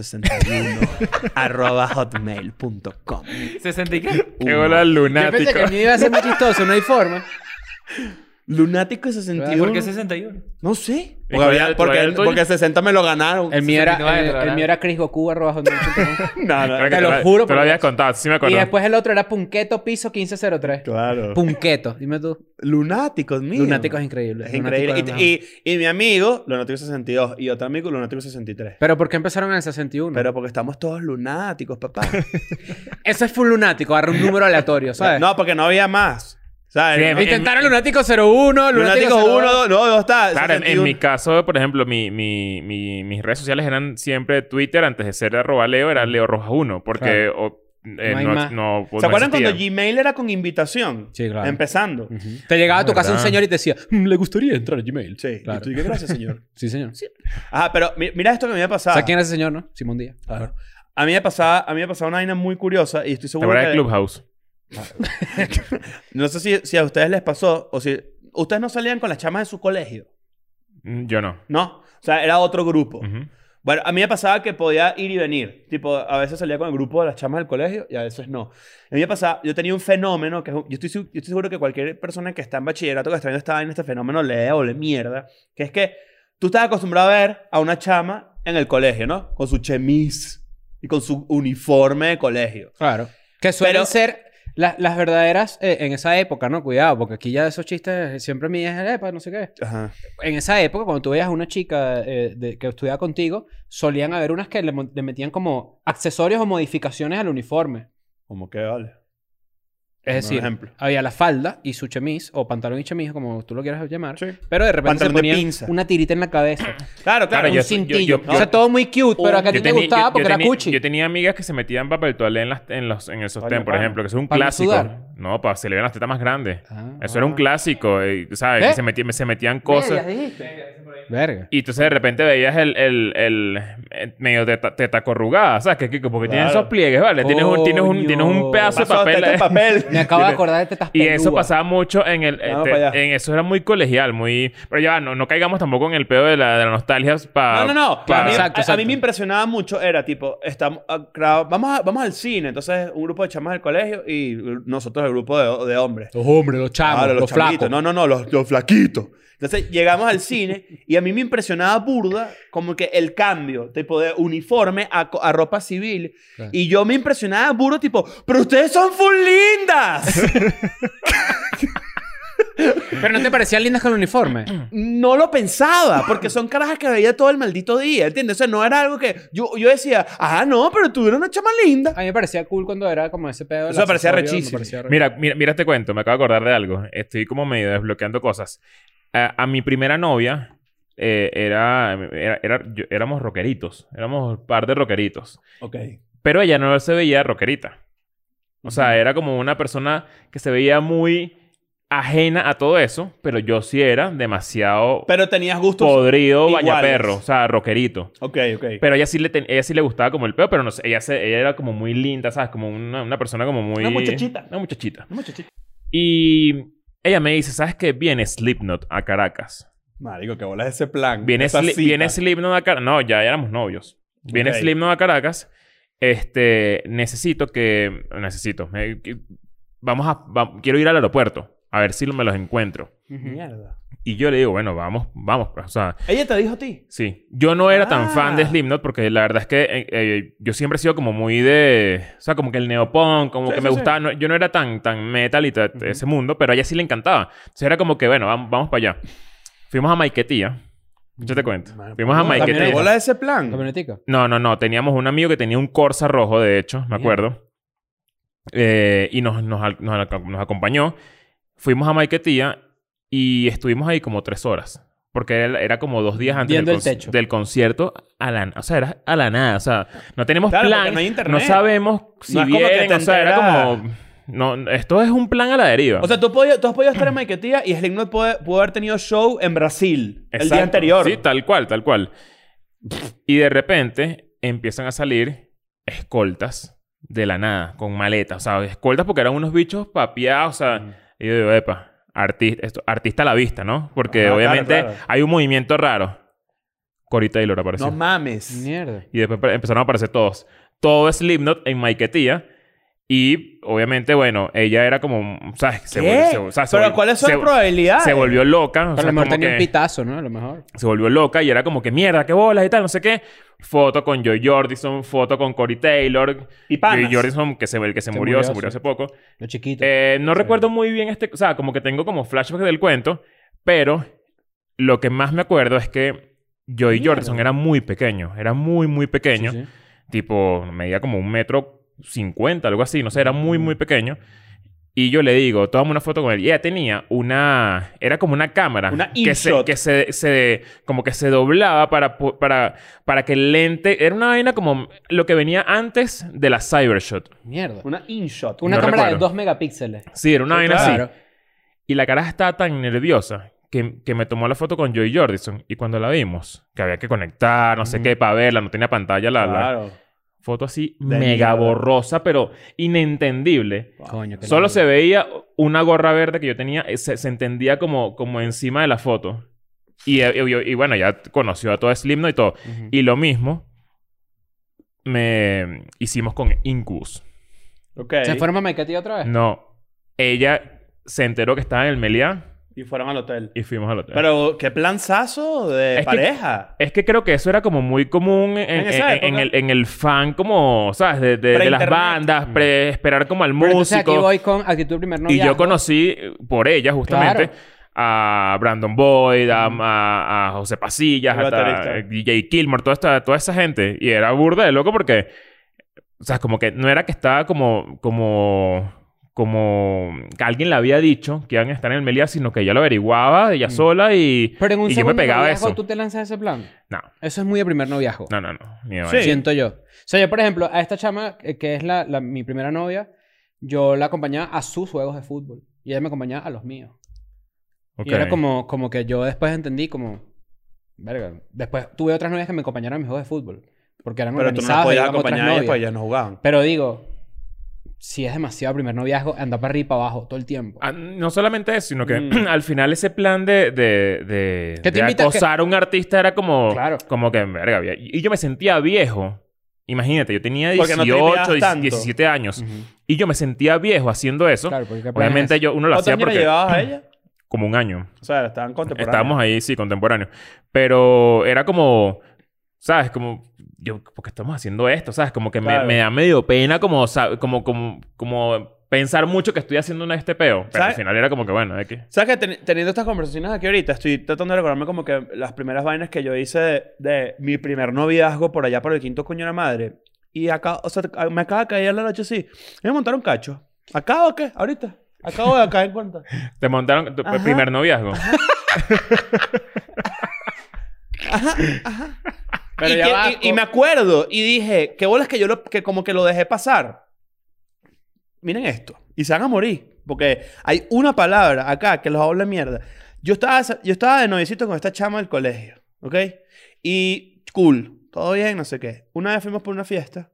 S3: Lunático61 arroba hotmail.com.
S5: ¿Se sentí que?
S2: Qué bola
S4: Yo pensé
S2: lunático.
S4: que el mío iba a ser muy chistoso, no hay forma.
S5: ¿Por qué
S3: Lunático61.
S5: 61?
S3: No sé.
S2: ¿Y
S3: Porque,
S2: cuál era-
S3: había- porque,
S2: cuál era el tuyo?
S3: porque 60 me lo ganaron.
S4: El mío era,
S5: 69,
S4: el, el
S5: ¿verdad?
S4: mío era Chris Goku, arroba hotmail.com.
S3: No, no,
S2: Creo que
S4: Te
S2: tú
S4: lo
S2: la-
S4: juro
S2: Tú
S4: por
S2: lo habías
S4: Dios.
S2: contado, sí me
S4: Y
S2: acuerdo.
S4: después el otro era Punqueto Piso 1503.
S3: Claro.
S4: Punqueto, dime tú.
S3: Lunáticos, mío.
S4: Lunático es increíble.
S3: Es
S4: Lunático
S3: increíble.
S4: es lo
S3: Y, y- y mi amigo, Lunático 62, y otro amigo, Lunático 63.
S4: Pero ¿por qué empezaron en el 61?
S3: Pero porque estamos todos lunáticos, papá.
S4: Eso es full lunático, agarra un número aleatorio, ¿sabes?
S3: no, porque no había más. ¿Sabes?
S2: Sí,
S3: No-
S2: en-
S4: Intentaron lunático 01, lunático,
S3: lunático 1,
S4: 02.
S3: 2, no, 2 está.
S2: Claro, en, en
S3: 61.
S2: mi caso, por ejemplo, mi, mi- mi- mis redes sociales eran siempre Twitter. Antes de ser arroba Leo, era Leo Rojas 1. Porque
S4: Claro.
S2: o- eh,
S4: No hay
S2: no,
S4: más.
S2: no- pues,
S3: ¿Se
S2: no
S3: acuerdan
S2: existía.
S3: cuando Gmail era con invitación?
S4: Sí, claro.
S3: Empezando.
S4: Ujú. Te llegaba a tu
S2: Ah,
S4: casa un
S2: verdad.
S4: señor y te decía, "Mm, le gustaría entrar a Gmail.
S3: Sí. Y
S4: claro.
S3: tú, ¿y qué gracias, señor.
S4: Sí, señor.
S3: Ajá, pero mi- mira esto que me ha pasado.
S4: ¿Sabes quién era ese señor, no? Simón Díaz.
S3: Claro. A mí me pasaba, a mí me pasaba una vaina muy curiosa y estoy
S2: ¿Te
S3: seguro
S2: acuerdas de
S3: que
S2: Clubhouse?
S3: no sé si, si a ustedes les pasó o si ustedes no salían con las chamas de su colegio,
S2: Mm, Yo no.
S3: ¿no? O sea, era otro grupo.
S2: Ujú.
S3: Bueno, a mí me pasaba que podía ir y venir. Tipo, a veces salía con el grupo de las chamas del colegio y a veces no. A mí me pasaba, yo tenía un fenómeno que es un- yo estoy, su- yo estoy seguro que cualquier persona que está en bachillerato que está viendo esta vaina, este fenómeno le o le mierda, que es que tú estás acostumbrado a ver a una chama en el colegio, ¿no? Con su chemis y con su uniforme de colegio.
S4: Claro. Que suelen
S3: Pero-
S4: ser la- las verdaderas, eh, en esa época, ¿no? Cuidado, porque aquí ya esos chistes siempre me es epa, no sé qué.
S3: Ajá.
S4: En esa época, cuando tú veías a una chica eh, de- que estudiaba contigo, solían haber unas que le, mon- le metían como accesorios o modificaciones al uniforme.
S3: Como que vale.
S4: Es
S3: Un
S4: decir,
S3: ejemplo.
S4: había la falda y su chemise, o pantalón y chemise, como tú lo quieras llamar.
S3: Sí.
S4: Pero de repente
S3: Pantalón
S4: se
S3: de
S4: ponían
S3: pinza.
S4: una tirita en la cabeza.
S3: Claro, claro.
S2: Claro,
S4: un
S2: yo-
S4: cintillo.
S2: yo- yo-
S4: o sea, todo muy cute, pero acá a ti
S2: Yo
S4: te
S2: tenía-
S4: gustaba
S2: yo-
S4: porque
S2: yo
S4: era
S2: tenía-
S4: cuchi.
S2: Yo tenía amigas que se metían papel toalé en, las, en, los, en el sostén,
S3: Coño,
S2: por
S3: pana.
S2: ejemplo, que eso es un
S4: ¿Para no
S2: clásico.
S4: sudar?
S2: No, para se le vean las tetas más grandes.
S4: Ah,
S2: Eso era un clásico, eh, ¿sabes?
S4: ¿Qué?
S2: Que se, metí- se metían cosas.
S4: Verga.
S2: Y entonces de repente veías el, el, el, eh, medio teta, teta corrugada, ¿sabes? Que, que como que tienen
S3: Claro.
S2: esos pliegues, ¿vale? Tienes un, tienes, un,
S4: Coño.
S2: tienes un pedazo de
S3: Pasó
S2: papel.
S3: este
S2: eh.
S3: papel.
S4: Me acabo de acordar de tetas
S2: Y eso
S4: pelúas.
S2: pasaba mucho en el... eh,
S3: Vamos
S2: te-
S3: para allá.
S2: en eso era muy colegial, muy... Pero ya, va, no, no caigamos tampoco en el pedo de la, de la nostalgia para...
S3: No, no, no.
S4: claro.
S3: a, mí, a-
S4: Exacto,
S3: a
S4: exacto.
S3: mí me impresionaba mucho. Era tipo, estamos, ah, claro, vamos, a- vamos al cine. Entonces, un grupo de chamas del colegio y nosotros el grupo de, de hombres.
S4: Los hombres, los chavos,
S3: Claro,
S4: los,
S3: chamitos.
S4: flacos.
S3: No, no, no, los, los flaquitos. Entonces, llegamos al cine y a mí me impresionaba burda como que el cambio, tipo de uniforme a, co- a ropa civil.
S4: Claro.
S3: Y yo me impresionaba burda, tipo, pero ustedes son full lindas.
S4: Pero no te parecían lindas con el uniforme.
S3: No lo pensaba, porque son carajas que veía todo el maldito día, ¿entiendes? O sea, no era algo que yo, yo decía, ah, no, pero tú eres una chama linda.
S4: A mí me parecía cool cuando era como ese pedo. del
S3: Eso me parecía
S4: accesorio,
S3: rechísimo.
S4: parecía re-
S2: Mira, mira, mira este cuento, me acabo de acordar de algo. Estoy como medio desbloqueando cosas. A, a mi primera novia eh, era, era, era- yo- éramos rockeritos, éramos un par de rockeritos.
S3: Ok.
S2: Pero ella no se veía rockerita. O sea, era como una persona que se veía muy ajena a todo eso, pero yo sí era demasiado
S3: Pero tenías gustos.
S2: podrido,
S3: iguales.
S2: bañaperro, o sea, rockerito.
S3: ok, ok.
S2: Pero ella sí le ten- ella sí le gustaba como el peo, pero no sé, ella, se- ella era como muy linda, ¿sabes? Como una, una persona como muy...
S3: Una muchachita.
S2: Una muchachita.
S3: Muchachito.
S2: Y ella me dice, ¿sabes qué? Viene Slipknot a Caracas.
S3: Marico, que bolas ese plan.
S2: Viene,
S3: esa
S2: Sli-
S3: cita.
S2: viene Slipknot a Caracas. No, ya éramos novios. Viene
S3: Ok.
S2: Slipknot a Caracas. Este, necesito que... Necesito. eh, que- vamos a... va- quiero ir al aeropuerto. A ver si me los encuentro.
S4: Ujú.
S3: Mierda.
S2: Y yo le digo, bueno, vamos, vamos. pues, O sea,
S3: Ella te dijo a ti.
S2: Sí. Yo no era tan
S3: Ah.
S2: fan de Slipknot porque la verdad es que eh, eh, yo siempre he sido como muy de... O sea, como que el neopunk, como
S3: Sí,
S2: que
S3: sí,
S2: me
S3: sí.
S2: gustaba... no- yo no era tan, tan metal y ta- ese mundo, pero a ella sí le encantaba. Entonces era como que, bueno, vam- vamos, para allá. Fuimos a Maiquetía. Yo te cuento.
S3: Mano,
S2: Fuimos a
S3: Mm, pues, no, también
S4: te
S2: Maiquetía.
S3: que bolas ese plan.
S4: Camionetica.
S2: No, no, no. Teníamos un amigo que tenía un Corsa rojo, de hecho, me
S4: Bien.
S2: acuerdo. Eh, y nos, nos, al- nos al- nos acompañó. Fuimos a Maiquetía y estuvimos ahí como tres horas. Porque era, era como dos días antes del,
S4: Viendo el
S2: conci-
S4: techo.
S2: del concierto. A la, o sea, era a la nada. O sea, no tenemos
S3: Claro,
S2: plan.
S3: porque no hay internet.
S2: sabemos si
S3: No es como que
S2: vienen.
S3: te
S2: O sea, era
S3: enteras.
S2: como... No, esto es un plan a la deriva.
S3: O sea, tú, podías- tú has podido estar en Maiquetía y Slipknot puede- pudo haber tenido show en Brasil el
S2: Exacto.
S3: día anterior.
S2: Sí, tal cual, tal cual. Y de repente empiezan a salir escoltas de la nada, con maletas. O sea, escoltas porque eran unos bichos papiados. O sea, y yo digo, epa, arti- esto- artista a la vista, ¿no? Porque
S3: Ajá, claro,
S2: obviamente
S3: claro.
S2: hay un movimiento raro. Cory Taylor apareció.
S3: no mames.
S4: Mierda.
S2: Y después pa- empezaron a aparecer todos. Todo Slipknot en Maiquetía. Y obviamente, bueno, ella era como. ¿Sabes? Se
S3: ¿Qué?
S2: volvió- se vol- o sea, se
S3: Pero
S2: vol-
S3: ¿cuáles son
S2: se-
S3: las probabilidades?
S2: Se volvió loca. o
S4: Pero
S2: sea,
S4: a lo mejor
S2: como
S4: tenía un
S2: que-
S4: pitazo, ¿no? A lo mejor.
S2: se volvió loca y era como que mierda, qué bolas y tal, no sé qué. Foto con Joy Jordison, foto con Corey Taylor.
S3: Y panas.
S2: Joy Jordison, que se, el que se,
S4: Se
S2: murió,
S4: murió,
S2: se murió
S4: sí.
S2: hace poco.
S4: Lo chiquito.
S2: Eh, no recuerdo muy bien este, o sea, como que tengo como flashbacks del cuento, pero lo que más me acuerdo es que Joy Jordison era muy pequeño, era muy, muy
S4: Sí,
S2: pequeño
S4: sí.
S2: tipo, medía como un metro cincuenta, algo así, no sé, era muy, muy pequeño. Y yo le digo, tomamos una foto con él. Y ella tenía una... Era como una cámara.
S3: Una
S2: que se,
S3: InShot.
S2: que se, se- Como que se doblaba para, po- para, para que el lente... Era una vaina como lo que venía antes de la Cybershot.
S4: Mierda. Una,
S3: Una InShot.
S2: No
S4: cámara de
S2: recuerdo.
S4: 2 megapíxeles.
S2: Sí, era una vaina
S4: claro.
S2: así. Y la cara estaba tan nerviosa que, que me tomó la foto con Joy Jordison. Y cuando la vimos, que había que conectar, no sé qué, para verla. No tenía pantalla la... la-
S3: Claro.
S2: Foto así
S3: De
S2: mega
S3: mierda.
S2: borrosa, pero inentendible.
S4: Coño, qué
S2: Solo
S4: locura.
S2: se veía una gorra verde que yo tenía, eh, se, se entendía como, como encima de la foto. Y, eh, y- y bueno, ya conoció a todo Slipknot y todo.
S4: Ujú.
S2: Y lo mismo me hicimos con Incubus.
S3: Ok. Eh.
S4: ¿Se fueron a Maiquetía otra vez?
S2: No, ella se enteró que estaba en el Meliá
S3: Y fueron al hotel.
S2: Y fuimos al hotel.
S3: Pero qué planzazo de
S2: Es que-
S3: pareja.
S2: es que creo que eso era como muy común en,
S3: En esa
S2: en-
S3: época.
S2: en el, en el fan, como, ¿sabes? De, de- de las
S3: Pre-internet.
S2: bandas, pre- esperar como al
S4: Pero
S2: músico.
S4: entonces aquí voy con actitud primer
S2: Y
S4: novia.
S2: yo conocí eh, por ella, justamente,
S4: Claro.
S2: a Brandon Boyd, a, a- a José Pasillas,
S3: El
S2: hasta
S3: baterista.
S2: eh, DJ Kilmore, toda, esta, toda esa gente. Y era burda de loco porque, o sea, como que no era que estaba como, como, como que alguien le había dicho que iban a estar en el Meliá, sino que ella lo averiguaba ella sola y,
S4: Mm. Pero en un
S2: y yo me
S4: segundo
S2: pegaba
S4: noviazgo
S2: eso.
S4: tú te lanzas ese plan.
S2: No,
S4: Eso es muy de primer noviazgo.
S2: no, no, no. ni de
S3: Sí.
S2: vaina.
S4: Siento yo. O sea, yo, por ejemplo, a esta chama, eh, que es la, la- mi primera novia, yo la acompañaba a sus juegos de fútbol. Y ella me acompañaba a los míos.
S2: Ok.
S4: Y era como, como que yo después entendí como... Verga. Después tuve otras novias que me acompañaron a mis juegos de fútbol. Porque eran
S3: Pero tú no
S4: organizadas.
S3: las podías
S4: iban con otras
S3: acompañar a ellas
S4: novias.
S3: porque ellas no jugaban.
S4: Pero digo, si es demasiado primer noviazgo, anda para arriba y para abajo todo el tiempo.
S2: Ah, no solamente eso, sino que
S4: Mm.
S2: al final ese plan de, de, de,
S4: ¿Qué te
S2: de
S4: invitas?
S2: acosar a un artista era como,
S4: Claro.
S2: como que, verga, vie- y yo me sentía viejo. Imagínate, yo tenía
S3: Porque no
S2: 18,
S3: tripeabas
S2: 10,
S3: tanto.
S2: 17 años.
S4: Ujú.
S2: Y yo me sentía viejo haciendo eso.
S4: Claro, porque qué pena
S2: Obviamente
S4: es.
S2: yo, uno lo
S3: ¿Cuántos
S2: hacía
S3: años le
S2: porque...
S3: llevabas a ella?
S2: Como un año.
S3: O sea, estaban contemporáneos.
S2: Estábamos ahí, sí, contemporáneos. Pero era como, ¿sabes? Como, yo, ¿por qué estamos haciendo esto? ¿Sabes? Como que me-
S3: Claro.
S2: me, da medio pena como, sa- como, como, como pensar mucho que estoy haciendo una este peo. Pero al
S3: ¿Sabes?
S2: final era como que, bueno, es que...
S3: ¿Sabes que teni- teniendo estas conversaciones aquí ahorita, estoy tratando de recordarme como que las primeras vainas que yo hice de, de mi primer noviazgo por allá por el quinto coño de la madre. Y acá, o sea, a- me acaba de caer la noche así. Me montaron cacho. ¿Acá o qué? Ahorita. Acabo de caer en cuenta.
S2: Te montaron tu
S3: Ajá.
S2: primer noviazgo.
S4: Pero
S3: y,
S4: ya
S3: que-
S4: va,
S3: y-
S4: co-
S3: y me acuerdo y dije, qué bolas que yo lo, que como que lo dejé pasar. Miren esto. Y se van a morir. Porque hay una palabra acá que los habla mierda. Yo estaba, yo estaba de novicito con esta chama del colegio. ¿Ok? Y cool. Todo bien, no sé qué. Una vez fuimos por una fiesta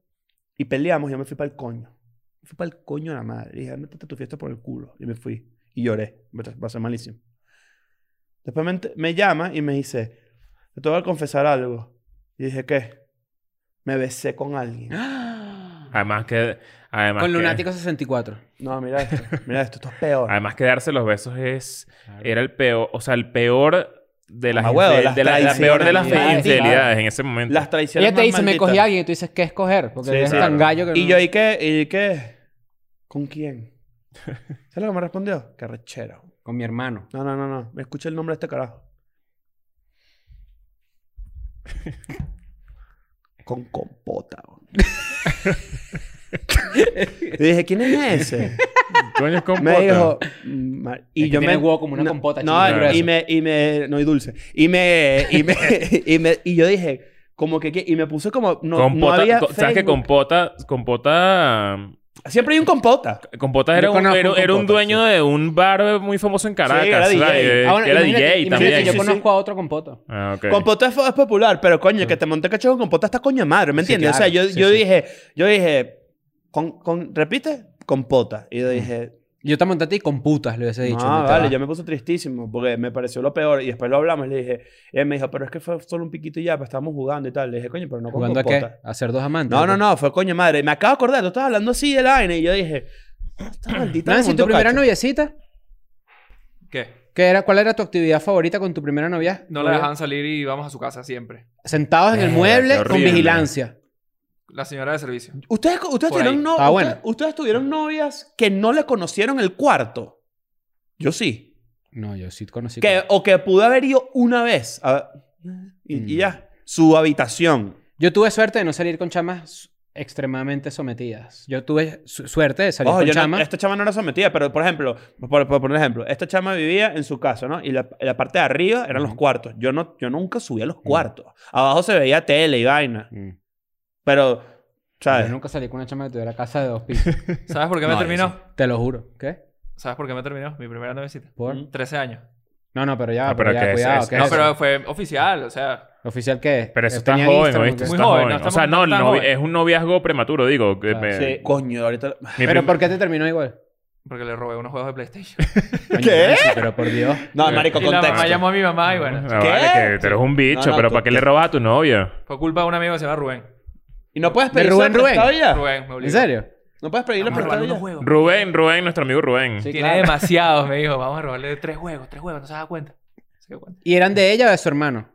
S3: y peleamos. y Yo me fui para el coño. Me fui para el coño de la madre. Y dije, métete tu fiesta por el culo. Y me fui. Y lloré. Va a ser malísimo. Después me, ent- me llama y me dice, te tengo que confesar algo. Y dije, ¿qué? Me besé con alguien.
S4: ¿Ah?
S2: Además que... Además
S4: Con
S2: que-
S4: Lunático 64.
S3: No, mira esto. Mira esto. Esto es peor.
S2: Además que darse los besos es... Era el peor... O sea, el peor de las...
S3: Ah, huevo,
S2: infidel-
S3: las
S2: de la, la peor de las
S4: traiciones.
S2: infidelidades en ese momento.
S3: Las traiciones
S4: Ella te
S3: más
S4: dice, me
S3: malditas".
S4: cogí a alguien. Y tú dices, ¿qué escoger? Porque
S3: Sí,
S4: eres
S3: sí.
S4: tan gallo que
S3: Y
S4: no-
S3: yo, ¿y qué? ¿Y qué? ¿Con quién? ¿Sabes lo que me respondió? Qué rechero.
S4: Con mi hermano.
S3: No, no, no, no. Me escucha el nombre de este carajo. Con compota. bro. y dije, ¿quién es ese?
S2: Coño, es compota.
S3: Me dijo. mm, Y
S4: Es que
S3: yo
S4: tiene
S3: me.
S4: huevo como una compota,
S3: No,
S2: chiquito,
S3: y
S4: grueso.
S3: me, y me. No, y dulce. Y me. Y me. y, me y yo dije, como que. ¿qué? Y me puse como. No,
S2: compota
S3: no había.
S2: co- ¿Sabes que
S3: Facebook.
S2: Compota... Compota...
S3: Siempre hay un compota.
S2: Compota
S4: Yo
S2: era un,
S4: conozco
S2: era,
S4: un
S2: era un
S4: Compota,
S2: dueño de un bar muy famoso en Caracas.
S3: Sí, era
S2: ¿sabes?
S3: DJ.
S2: Eh,
S4: Ah, bueno,
S2: que era
S4: imagínate-
S2: DJ
S4: imagínate,
S2: también.
S4: Yo
S3: Sí, sí,
S4: conozco a otro compota.
S2: Ah, ok.
S3: Compota es, es popular, pero coño, que te monté cacho con compota está coño de madre, ¿me
S4: Mm. Sí,
S3: entiendes? O
S4: claro.
S3: sea, yo,
S4: Sí,
S3: yo
S4: sí.
S3: dije. Yo dije. Con, con, ¿Repite? Compota.
S4: Mm.
S3: Y yo dije.
S4: Yo te monté a ti con putas, le hubiese dicho.
S3: no,
S4: te
S3: vale,
S4: va.
S3: yo me puse tristísimo porque me pareció lo peor y después lo hablamos. Le dije, él me dijo, pero es que fue solo un piquito y ya, pues estábamos jugando y tal. Le dije, coño, pero no con
S4: ¿Jugando a
S3: compota.
S4: qué? ¿A ser dos amantes?
S3: No, no, no, fue coño madre. Me acabo de acordar, tú estabas hablando así de la vaina y yo dije, "Ah, esta maldita. me
S4: Nancy,
S3: montó
S4: ¿tu primera
S3: cacho".
S4: noviecita?
S5: ¿Qué?
S4: ¿Qué era, ¿Cuál era tu actividad favorita con tu primera novia?
S5: No la dejaban salir y íbamos a su casa siempre.
S4: Sentados en el
S2: Eh,
S4: mueble
S2: qué
S4: con
S2: horrible.
S4: vigilancia.
S5: La señora de servicio.
S3: Ustedes, ustedes,
S5: Por
S3: tuvieron
S5: ahí.
S3: no-
S4: Estaba
S3: ustedes-
S4: buena.
S3: ustedes tuvieron novias que no le conocieron el cuarto. Yo sí.
S4: No, yo sí conocí.
S3: que, o que pude haber ido una vez. a- y, y ya. Su habitación.
S4: Yo tuve suerte de no salir con chamas extremadamente sometidas. Yo tuve su- suerte de salir
S3: Ojo,
S4: con
S3: yo no-
S4: chamas.
S3: esta chama no era sometida, pero por ejemplo, por, por poner ejemplo, esta chama vivía en su casa, ¿no? Y la, la parte de arriba eran los cuartos. Yo, no, yo nunca subía a los cuartos. Abajo se veía tele y vaina.
S4: Mm.
S3: Pero, ¿sabes?
S4: Yo nunca salí con una chama que tuviera casa de dos pisos.
S5: ¿Sabes por qué me
S3: No, yo
S5: terminó?
S3: sí.
S4: Te lo juro. ¿Qué?
S5: ¿Sabes por qué me terminó? Mi primera novicita.
S4: ¿Por?
S3: Mm.
S5: 13 años.
S4: No, no, pero ya.
S2: No, Ah, pero
S4: ya,
S2: ¿qué es
S4: cuidado.
S2: eso?
S4: ¿qué es
S5: No,
S4: eso?
S5: pero fue oficial, o sea.
S4: ¿Oficial qué es?
S2: Pero eso
S4: Él
S2: está
S4: tenía
S2: joven,
S4: Instagram,
S2: ¿oíste?
S4: ¿qué?
S2: Está
S5: Muy joven,
S2: joven.
S5: no
S2: O sea,
S5: estamos
S2: no,
S5: tan
S2: novi-
S5: joven.
S2: es un noviazgo prematuro, digo. que
S4: Claro.
S2: me-
S3: Sí, coño, ahorita.
S2: mi
S4: ¿Pero
S2: prim-
S4: por qué te terminó igual?
S5: Porque le robé unos juegos de PlayStation.
S4: Coño,
S3: ¿Qué?
S4: Nancy, pero por Dios.
S3: No, marico,
S5: y la mamá
S3: contexto.
S5: llamó a mi mamá y bueno.
S2: Ah, vale,
S3: ¿Qué?
S2: que tú eres un bicho,
S3: No, no,
S2: pero
S3: tú-
S2: ¿para qué le robas a tu novio?
S5: Fue culpa de un amigo que se llama Rubén.
S3: Y no puedes
S4: ¿De
S3: pedir
S4: Rubén Rubén?
S3: prestado ya.
S5: Rubén, me obligó.
S4: ¿En serio?
S3: No puedes pedirle
S5: Vamos a
S3: prestado
S5: robarle unos
S3: ya.
S5: juegos.
S2: Rubén, Rubén, nuestro amigo Rubén.
S4: Sí,
S5: Tiene
S4: claro.
S5: demasiados, me dijo. Vamos a robarle tres juegos, tres juegos. No se da cuenta. No se da cuenta.
S4: ¿Y eran de ella o de su hermano?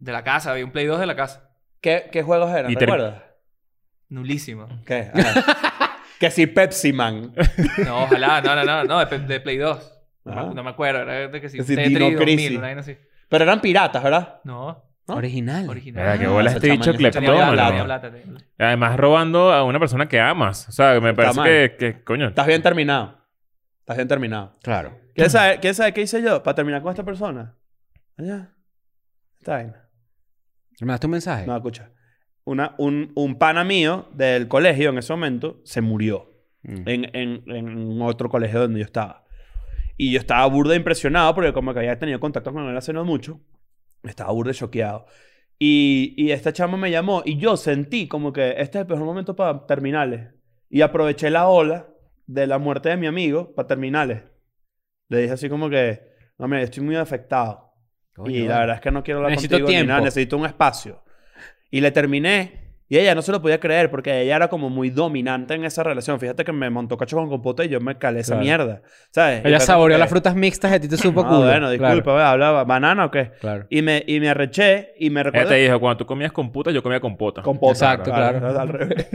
S5: De la casa, había un Play 2 de la casa.
S3: ¿Qué, ¿Qué juegos eran?
S2: Y ter-
S3: ¿Recuerdas?
S5: Nulísimo.
S3: ¿Qué? Ajá. que si Pepsi Man.
S5: No, ojalá. No, no, no. No, de, de Play 2.
S2: Ah.
S5: No,
S3: Ajá.
S5: me- no me acuerdo. Era de que si
S3: Que si
S5: Tetris
S3: Dino
S5: 2000,
S3: Crisis.
S5: una vaina así.
S3: Pero eran piratas, ¿verdad?
S5: No,
S3: ¿No?
S4: Original.
S5: original.
S2: Mira, qué
S3: Ah,
S2: bola
S3: ese
S2: este
S3: chamán,
S2: bicho
S3: ese chamán
S5: Tenía
S2: cleptómano.
S5: plata, tenía
S3: Toma,
S5: plata, tenía plata.
S2: Además, robando a una persona que amas. O sea, que me
S3: Está
S2: parece
S3: mal.
S2: que, que, coño.
S3: Estás bien terminado. Estás bien terminado.
S4: Claro.
S3: ¿Quieres saber, ¿Quieres saber qué hice yo para terminar con esta persona? Allá. Está bien.
S4: ¿Me mandaste un mensaje?
S3: No, escucha. Una, un, un pana mío del colegio en ese momento se murió
S4: Mm.
S3: en, en- en otro colegio donde yo estaba. Y yo estaba burda impresionado porque como que había tenido contacto con él hace no mucho. Estaba burda choqueado. Y, y esta chama me llamó y yo sentí como que este es el mejor momento para terminales. Y aproveché la ola de la muerte de mi amigo para terminales. Le dije así como que, no, mira, yo estoy muy afectado.
S5: Coño,
S3: y la
S5: vale.
S3: verdad es que no quiero hablar
S4: Necesito
S3: contigo ni
S4: tiempo.
S3: nada, necesito un espacio. Y le terminé. Y ella no se lo podía creer porque ella era como muy dominante en esa relación. Fíjate que me montó cacho con compota y yo me calé esa
S4: Claro.
S3: mierda. ¿Sabes? Y fue
S4: Ella
S3: como
S4: saboreó
S3: que,
S4: las frutas mixtas y a ti te supo
S3: "Ah,
S4: culo.
S3: bueno, disculpa,
S4: Claro.
S3: ¿verdad? ¿hablaba banana o qué?
S4: claro.
S3: Y me, y me arreché y me
S2: Ella te
S3: recordé.
S2: dijo, cuando tú comías con puta, yo comía con pota.
S3: Compota.
S4: Exacto, claro.
S3: Al revés.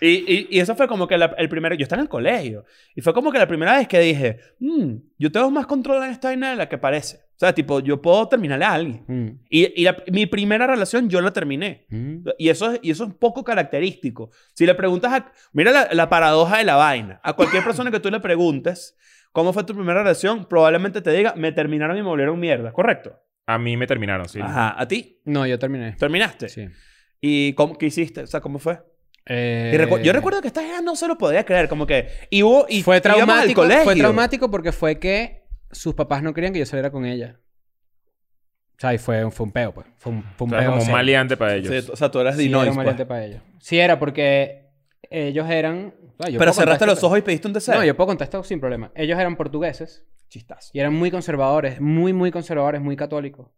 S3: y, y, y eso fue como que la- el primer... Yo estaba en el colegio. Y fue como que la primera vez que dije, "Mm, yo tengo más control en esta vaina de la que parece. O sea, tipo, yo puedo terminarle a alguien.
S4: Mm.
S3: Y, y la- mi primera relación yo la terminé.
S4: Mm.
S3: Y eso, es, y eso es un poco característico. Si le preguntas a... Mira la, la paradoja de la vaina. A cualquier persona que tú le preguntes cómo fue tu primera relación, probablemente te diga, me terminaron y me volvieron mierda. ¿Correcto?
S2: A mí me terminaron, sí.
S3: Ajá. ¿A ti?
S4: No, yo terminé.
S3: ¿Terminaste?
S4: Sí.
S3: ¿Y cómo, qué hiciste? O sea, ¿cómo fue?
S4: Eh,
S3: Y recu- yo recuerdo que esta gente no se lo podía creer. Como que... Y hubo... Y
S4: fue
S3: íbamos al
S4: traumático,
S3: colegio.
S4: fue traumático porque fue que sus papás no querían que yo saliera con ella. O sea, y fue, fue un peo, pues. Fue un, fue
S2: O
S4: un
S2: sea,
S4: peo.
S2: como un
S4: serio.
S2: maleante para ellos.
S3: Sí, o sea, tú eras
S4: Sí,
S3: dinois,
S4: era un
S3: pues.
S4: maleante para ellos. Sí, era porque ellos eran... Ah, yo puedo
S3: Pero
S4: contar
S3: cerraste
S4: esto-
S3: los ojos y pediste un deseo.
S4: No, yo puedo contestar sin problema. Ellos eran portugueses.
S3: Chistazo.
S4: Y eran muy conservadores, muy, muy conservadores, muy católicos.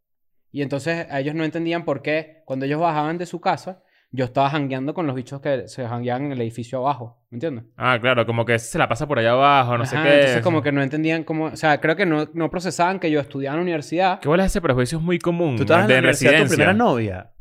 S4: Y entonces a ellos no entendían por qué, cuando ellos bajaban de su casa, yo estaba jangueando con los bichos que se jangueaban en el edificio abajo. ¿Me entiendes?
S2: Ah, claro, como que se la pasa por allá abajo, no sé
S4: Ajá,
S2: qué.
S4: Entonces, como que no entendían cómo. O sea, creo que no, no procesaban que yo estudiaba en la universidad.
S2: ¿Qué bola ese prejuicio es muy común?
S3: ¿Tú
S4: Mm,
S3: estabas en
S2: de
S3: la universidad tu
S2: residencia.
S3: primera novia?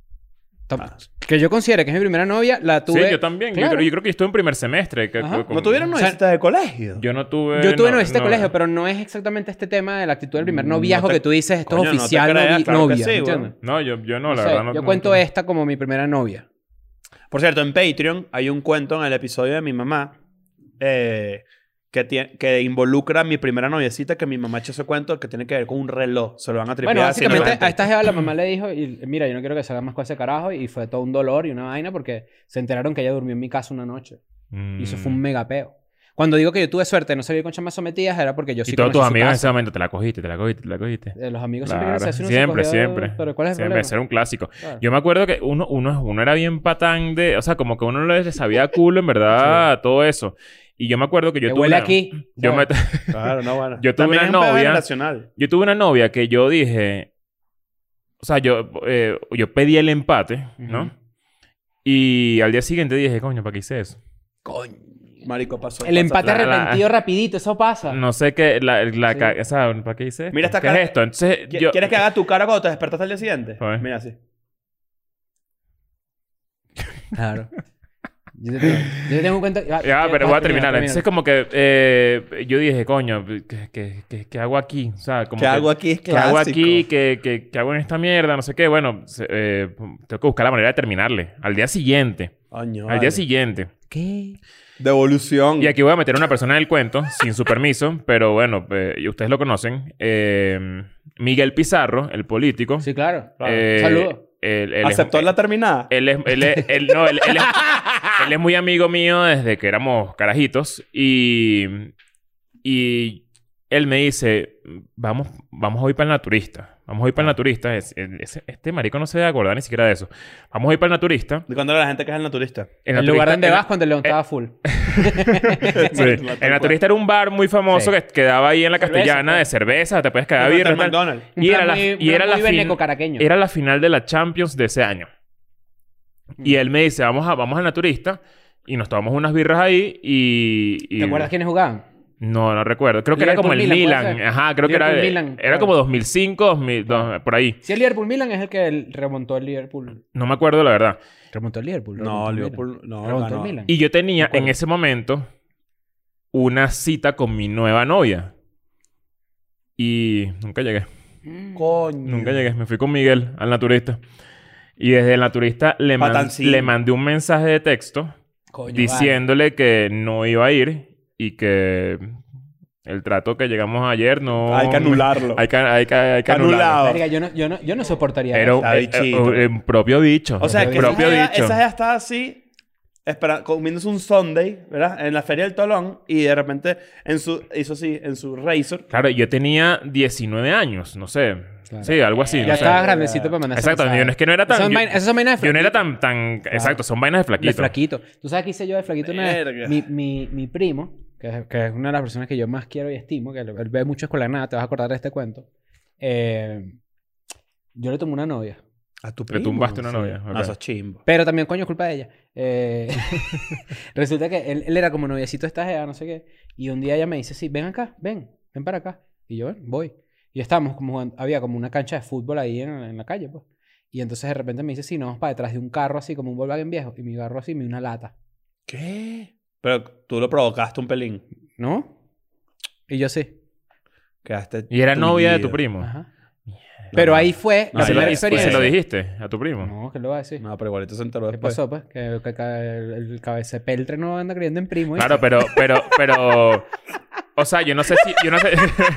S4: Tam- Que yo considere que es mi primera novia, la tuve.
S2: Sí, yo también. Yo
S4: Claro.
S2: creo- Yo, creo que yo estuve en primer semestre. que-
S4: Ajá.
S2: con-
S3: ¿No tuvieron
S4: Mm. O sea,
S3: novicitas de colegio?
S2: Yo no tuve.
S4: Yo tuve
S2: no-
S4: novia de
S2: no- eh. Mm,
S4: colegio, pero no es exactamente este tema de la actitud del primer
S3: No
S4: noviazgo
S3: te-
S4: que tú dices, esto
S3: Coño, no
S4: es
S3: te
S4: oficial
S3: creas,
S4: novi-
S3: claro que
S4: novia.
S3: sí,
S4: ¿me
S3: weón.
S4: entiendes?
S2: No, yo, yo no,
S4: No
S2: la
S4: sé,
S2: verdad. No,
S4: yo
S2: no-
S4: cuento
S2: no.
S4: esta como mi primera novia.
S3: Por cierto, en Patreon hay un cuento en el episodio de mi mamá eh, que, tie- que involucra a mi primera noviecita que mi mamá echó ese cuento que tiene que ver con un reloj. Se lo van a tripear.
S4: Bueno,
S3: si no
S4: básicamente
S3: ven.
S4: a esta jeva la mamá le dijo, y, mira, yo no quiero que salga más con ese carajo, y fue todo un dolor y una vaina porque se enteraron que ella durmió en mi casa una noche.
S2: Mm.
S4: Y eso fue un mega peo. Cuando digo que yo tuve suerte de no salir con chamas sometidas, era porque yo sí
S2: y todos tus
S4: conocí su
S2: amigos en ese
S4: casa.
S2: momento te la cogiste, te la cogiste, te la cogiste.
S4: Eh, Los amigos
S2: Claro,
S4: siempre quieren hacer
S2: siempre, siempre.
S4: Pero ¿cuál es el
S2: Siempre, ese
S4: problema?
S2: era un clásico.
S4: Claro.
S2: Yo me acuerdo que uno, uno, uno era bien patán de... O sea, como que uno le sabía culo, en verdad, todo eso. Y yo me acuerdo que yo
S4: Que
S2: tuve
S4: huele
S2: una-
S4: aquí.
S2: Yo, me-
S4: ¿sabes?
S3: Claro, no, bueno.
S2: Yo tuve
S3: También
S2: una
S3: es un pedo
S2: novia.
S3: generacional.
S2: yo tuve una novia que yo dije... O sea, yo, eh, yo pedí el empate, ¿no?
S4: Ujú.
S2: Y al día siguiente dije, coño, ¿para qué hice eso?
S3: Marico, pasó.
S4: El
S3: pasó-
S4: empate
S2: la- la-
S4: arrepentido rapidito, eso pasa.
S2: No sé qué... La, la,
S4: Ah. Sí.
S2: ca- o sea, ¿para qué hice esto?
S3: Mira esta
S2: ¿Qué
S3: cara-
S2: es esto? Entonces,
S3: ¿Qui-
S2: yo...
S3: ¿Quieres que haga tu cara cuando te despertaste al día siguiente?
S2: A ver.
S3: Mira, así.
S4: Claro. Yo te tengo, yo te tengo un cuento... ah,
S2: Ya,
S4: eh,
S2: pero
S4: vas
S2: voy a terminar.
S4: terminar,
S2: Entonces,
S4: termina.
S2: como que eh, yo dije, coño, ¿qué, qué, qué- qué hago aquí? O sea, como
S3: ¿Qué
S2: que-
S3: hago aquí? Es
S2: ¿Qué hago aquí?
S3: clásico.
S2: ¿Qué, qué- qué hago en esta mierda? No sé qué. Bueno, se- eh, tengo que buscar la manera de terminarle. Al día siguiente.
S3: Coño,
S2: Al día
S3: vale.
S2: siguiente.
S4: ¿Qué?
S3: Devolución.
S2: Y aquí voy a meter a una persona en el cuento, sin su permiso, pero bueno, eh, y ustedes lo conocen. Eh, Miguel Pizarro, el político.
S4: Sí, claro.
S2: eh,
S4: Saludos.
S2: él- él es-
S3: ¿Aceptó la terminada?
S2: Él es, él es- él- no, él- él es- él es muy amigo mío desde que éramos carajitos. Y, y él me dice, vamos, vamos hoy para el naturista. Vamos hoy para el
S4: Ah.
S2: naturista. Es- es- este marico no se debe acordar ni siquiera de eso. Vamos hoy para el naturista.
S3: ¿De cuándo era la gente que es el naturista?
S2: El,
S4: El
S2: Naturista- eh,
S4: lugar donde
S2: el-
S4: vas cuando el león estaba full.
S2: sí. El naturista era un bar muy famoso
S4: Sí.
S2: que quedaba ahí en la
S4: Cerveza,
S2: castellana
S4: pues.
S2: de cerveza. Te puedes quedar
S3: Igual que
S2: birra.
S3: el
S2: tal.
S3: McDonald's.
S4: Un
S2: Y
S4: plan
S2: era la,
S4: muy-
S2: y
S4: plan
S2: era la
S4: muy veneco
S2: fin-
S4: caraqueño.
S2: era la final de la Champions de ese año. Y él me dice, vamos a, vamos al naturista. y nos tomamos unas birras ahí y... y-
S4: ¿Te acuerdas quiénes jugaban?
S2: No, no recuerdo. Creo que era como el
S4: Liverpool, Milan,
S2: Milan.
S4: puede ser.
S2: Ajá, creo que era...
S4: Liverpool,
S2: de-
S4: Milan,
S2: era
S4: claro. Ah.
S2: como 2005, 2000, dos- por ahí.
S4: Sí, el Liverpool Milan es el que el- remontó el Liverpool.
S2: No me acuerdo la verdad.
S4: Remontó el Liverpool. remontó
S3: No,
S4: el
S3: Liverpool
S4: Milan.
S3: no.
S4: remontó
S3: ganó.
S4: el Milan.
S2: Y yo tenía
S4: acuerdo.
S2: en ese momento una cita con mi nueva novia. Y nunca llegué.
S4: Mm.
S3: Coño.
S2: Nunca llegué. Me fui con Miguel al naturista. Y desde el naturista le, man-
S3: Patancín.
S2: le mandé un mensaje de texto
S4: Coño,
S2: diciéndole que no iba a ir y que el trato que llegamos ayer no...
S3: Hay que anularlo.
S2: Hay que, hay que- hay que anularlo.
S3: Anulado.
S4: vale. Verga, yo, no, yo, no, yo no soportaría
S2: Era
S4: eso.
S2: un,
S3: Está
S2: eh,
S3: bichito.
S2: eh, un propio dicho.
S3: O sea,
S2: un
S3: que esa
S2: propio
S3: jeva,
S2: dicho.
S3: esa jeva estaba así, espera, comiéndose un Sunday, ¿verdad? En la feria del Tolón y de repente en su, hizo así, en su Razor.
S2: Claro, yo tenía 19 años, no sé.
S4: Claro.
S2: Sí, algo así.
S4: Ya
S2: no sé.
S4: estabas grandecito para mandar
S2: Exacto, yo no es que no era tan.
S4: Esas
S2: yo-
S4: vainas- esas son vainas de
S2: Yo no era
S4: flaquito.
S2: tan, tan. Exacto, son vainas de flaquito.
S4: De flaquito. ¿Tú sabes qué hice yo de flaquito una
S3: Verga.
S4: vez? Mi, mi, mi primo, que es, que es una de las personas que yo más quiero y estimo, que lo- él ve mucho Escuela de Nada, te vas a acordar de este cuento. Eh, yo le tomé una novia.
S3: A tu
S2: Le tumbaste una novia. ok.
S4: Ah,
S3: No, sos chimbo.
S4: Pero también, coño, es culpa de ella. Eh, resulta que él, él era como noviecito de esta jeva, no sé qué. Y un día ella me dice, sí, ven acá, ven, ven para acá. Y yo, "Ven, voy. Y estábamos como jugando, había como una cancha de fútbol ahí en, en la calle, pues. Y entonces de repente me dice, sí, nos vamos para detrás de un carro así, como un Volkswagen viejo. Y mi carro así, me dio una lata.
S3: ¿Qué? Pero tú lo provocaste un pelín.
S4: ¿No? Y yo sí.
S3: Quedaste
S2: Y era novia de tu
S3: tullido.
S2: primo. Ah,
S4: Ajá. Pero
S3: no.
S4: ahí fue
S2: Y
S4: la
S2: se lo-
S4: primera
S2: y se
S4: experiencia.
S2: lo dijiste a tu primo.
S4: No, que lo va a decir.
S3: No, pero igualito se enteró
S4: ¿Qué
S3: después.
S4: pasó, pues? Que, que- que el, el cabezapeltre no anda creyendo en primo. ¿eh?
S2: Claro, pero, pero, pero. O sea, yo no sé si. Yo no sé.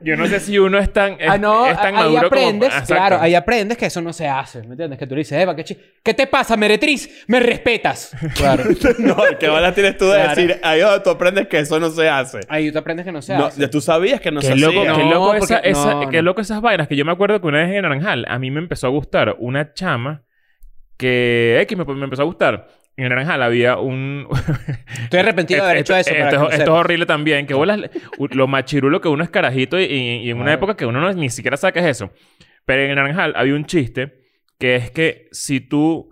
S2: yo no sé si uno es tan. Es,
S4: ah, no,
S2: es tan
S4: ahí
S2: maduro
S4: aprendes,
S2: como. Exacto.
S4: claro, ahí aprendes que eso no se hace, ¿me entiendes? Que tú le dices, Eva, ¿qué, chi- ¿qué te pasa, meretriz? ¡Me respetas! Claro.
S3: no, ¿qué balas tienes tú de
S4: Claro.
S3: decir? Ahí donde tú aprendes que eso no se hace.
S2: Ah,
S4: Ahí tú aprendes que no se
S3: No,
S4: hace.
S3: ya tú sabías que no se
S2: Qué loco,
S3: hacía.
S2: qué
S4: No,
S2: loco,
S4: porque-
S2: esa- esa-
S4: no,
S2: qué
S4: no.
S2: loco esas vainas. Que yo me acuerdo que una vez en Naranjal a mí me empezó a gustar una chama que, eh, que me, me empezó a gustar. En Naranjal había un...
S4: Estoy arrepentido de haber
S2: esto,
S4: hecho eso. para
S2: esto
S4: que
S2: es,
S4: lo
S2: esto es
S4: sepas.
S2: horrible también. Que bolas, u- lo machirulo que uno es carajito y, y- y en una
S4: Claro.
S2: época que uno no- ni siquiera saca es eso. Pero en Naranjal había un chiste que es que si tú...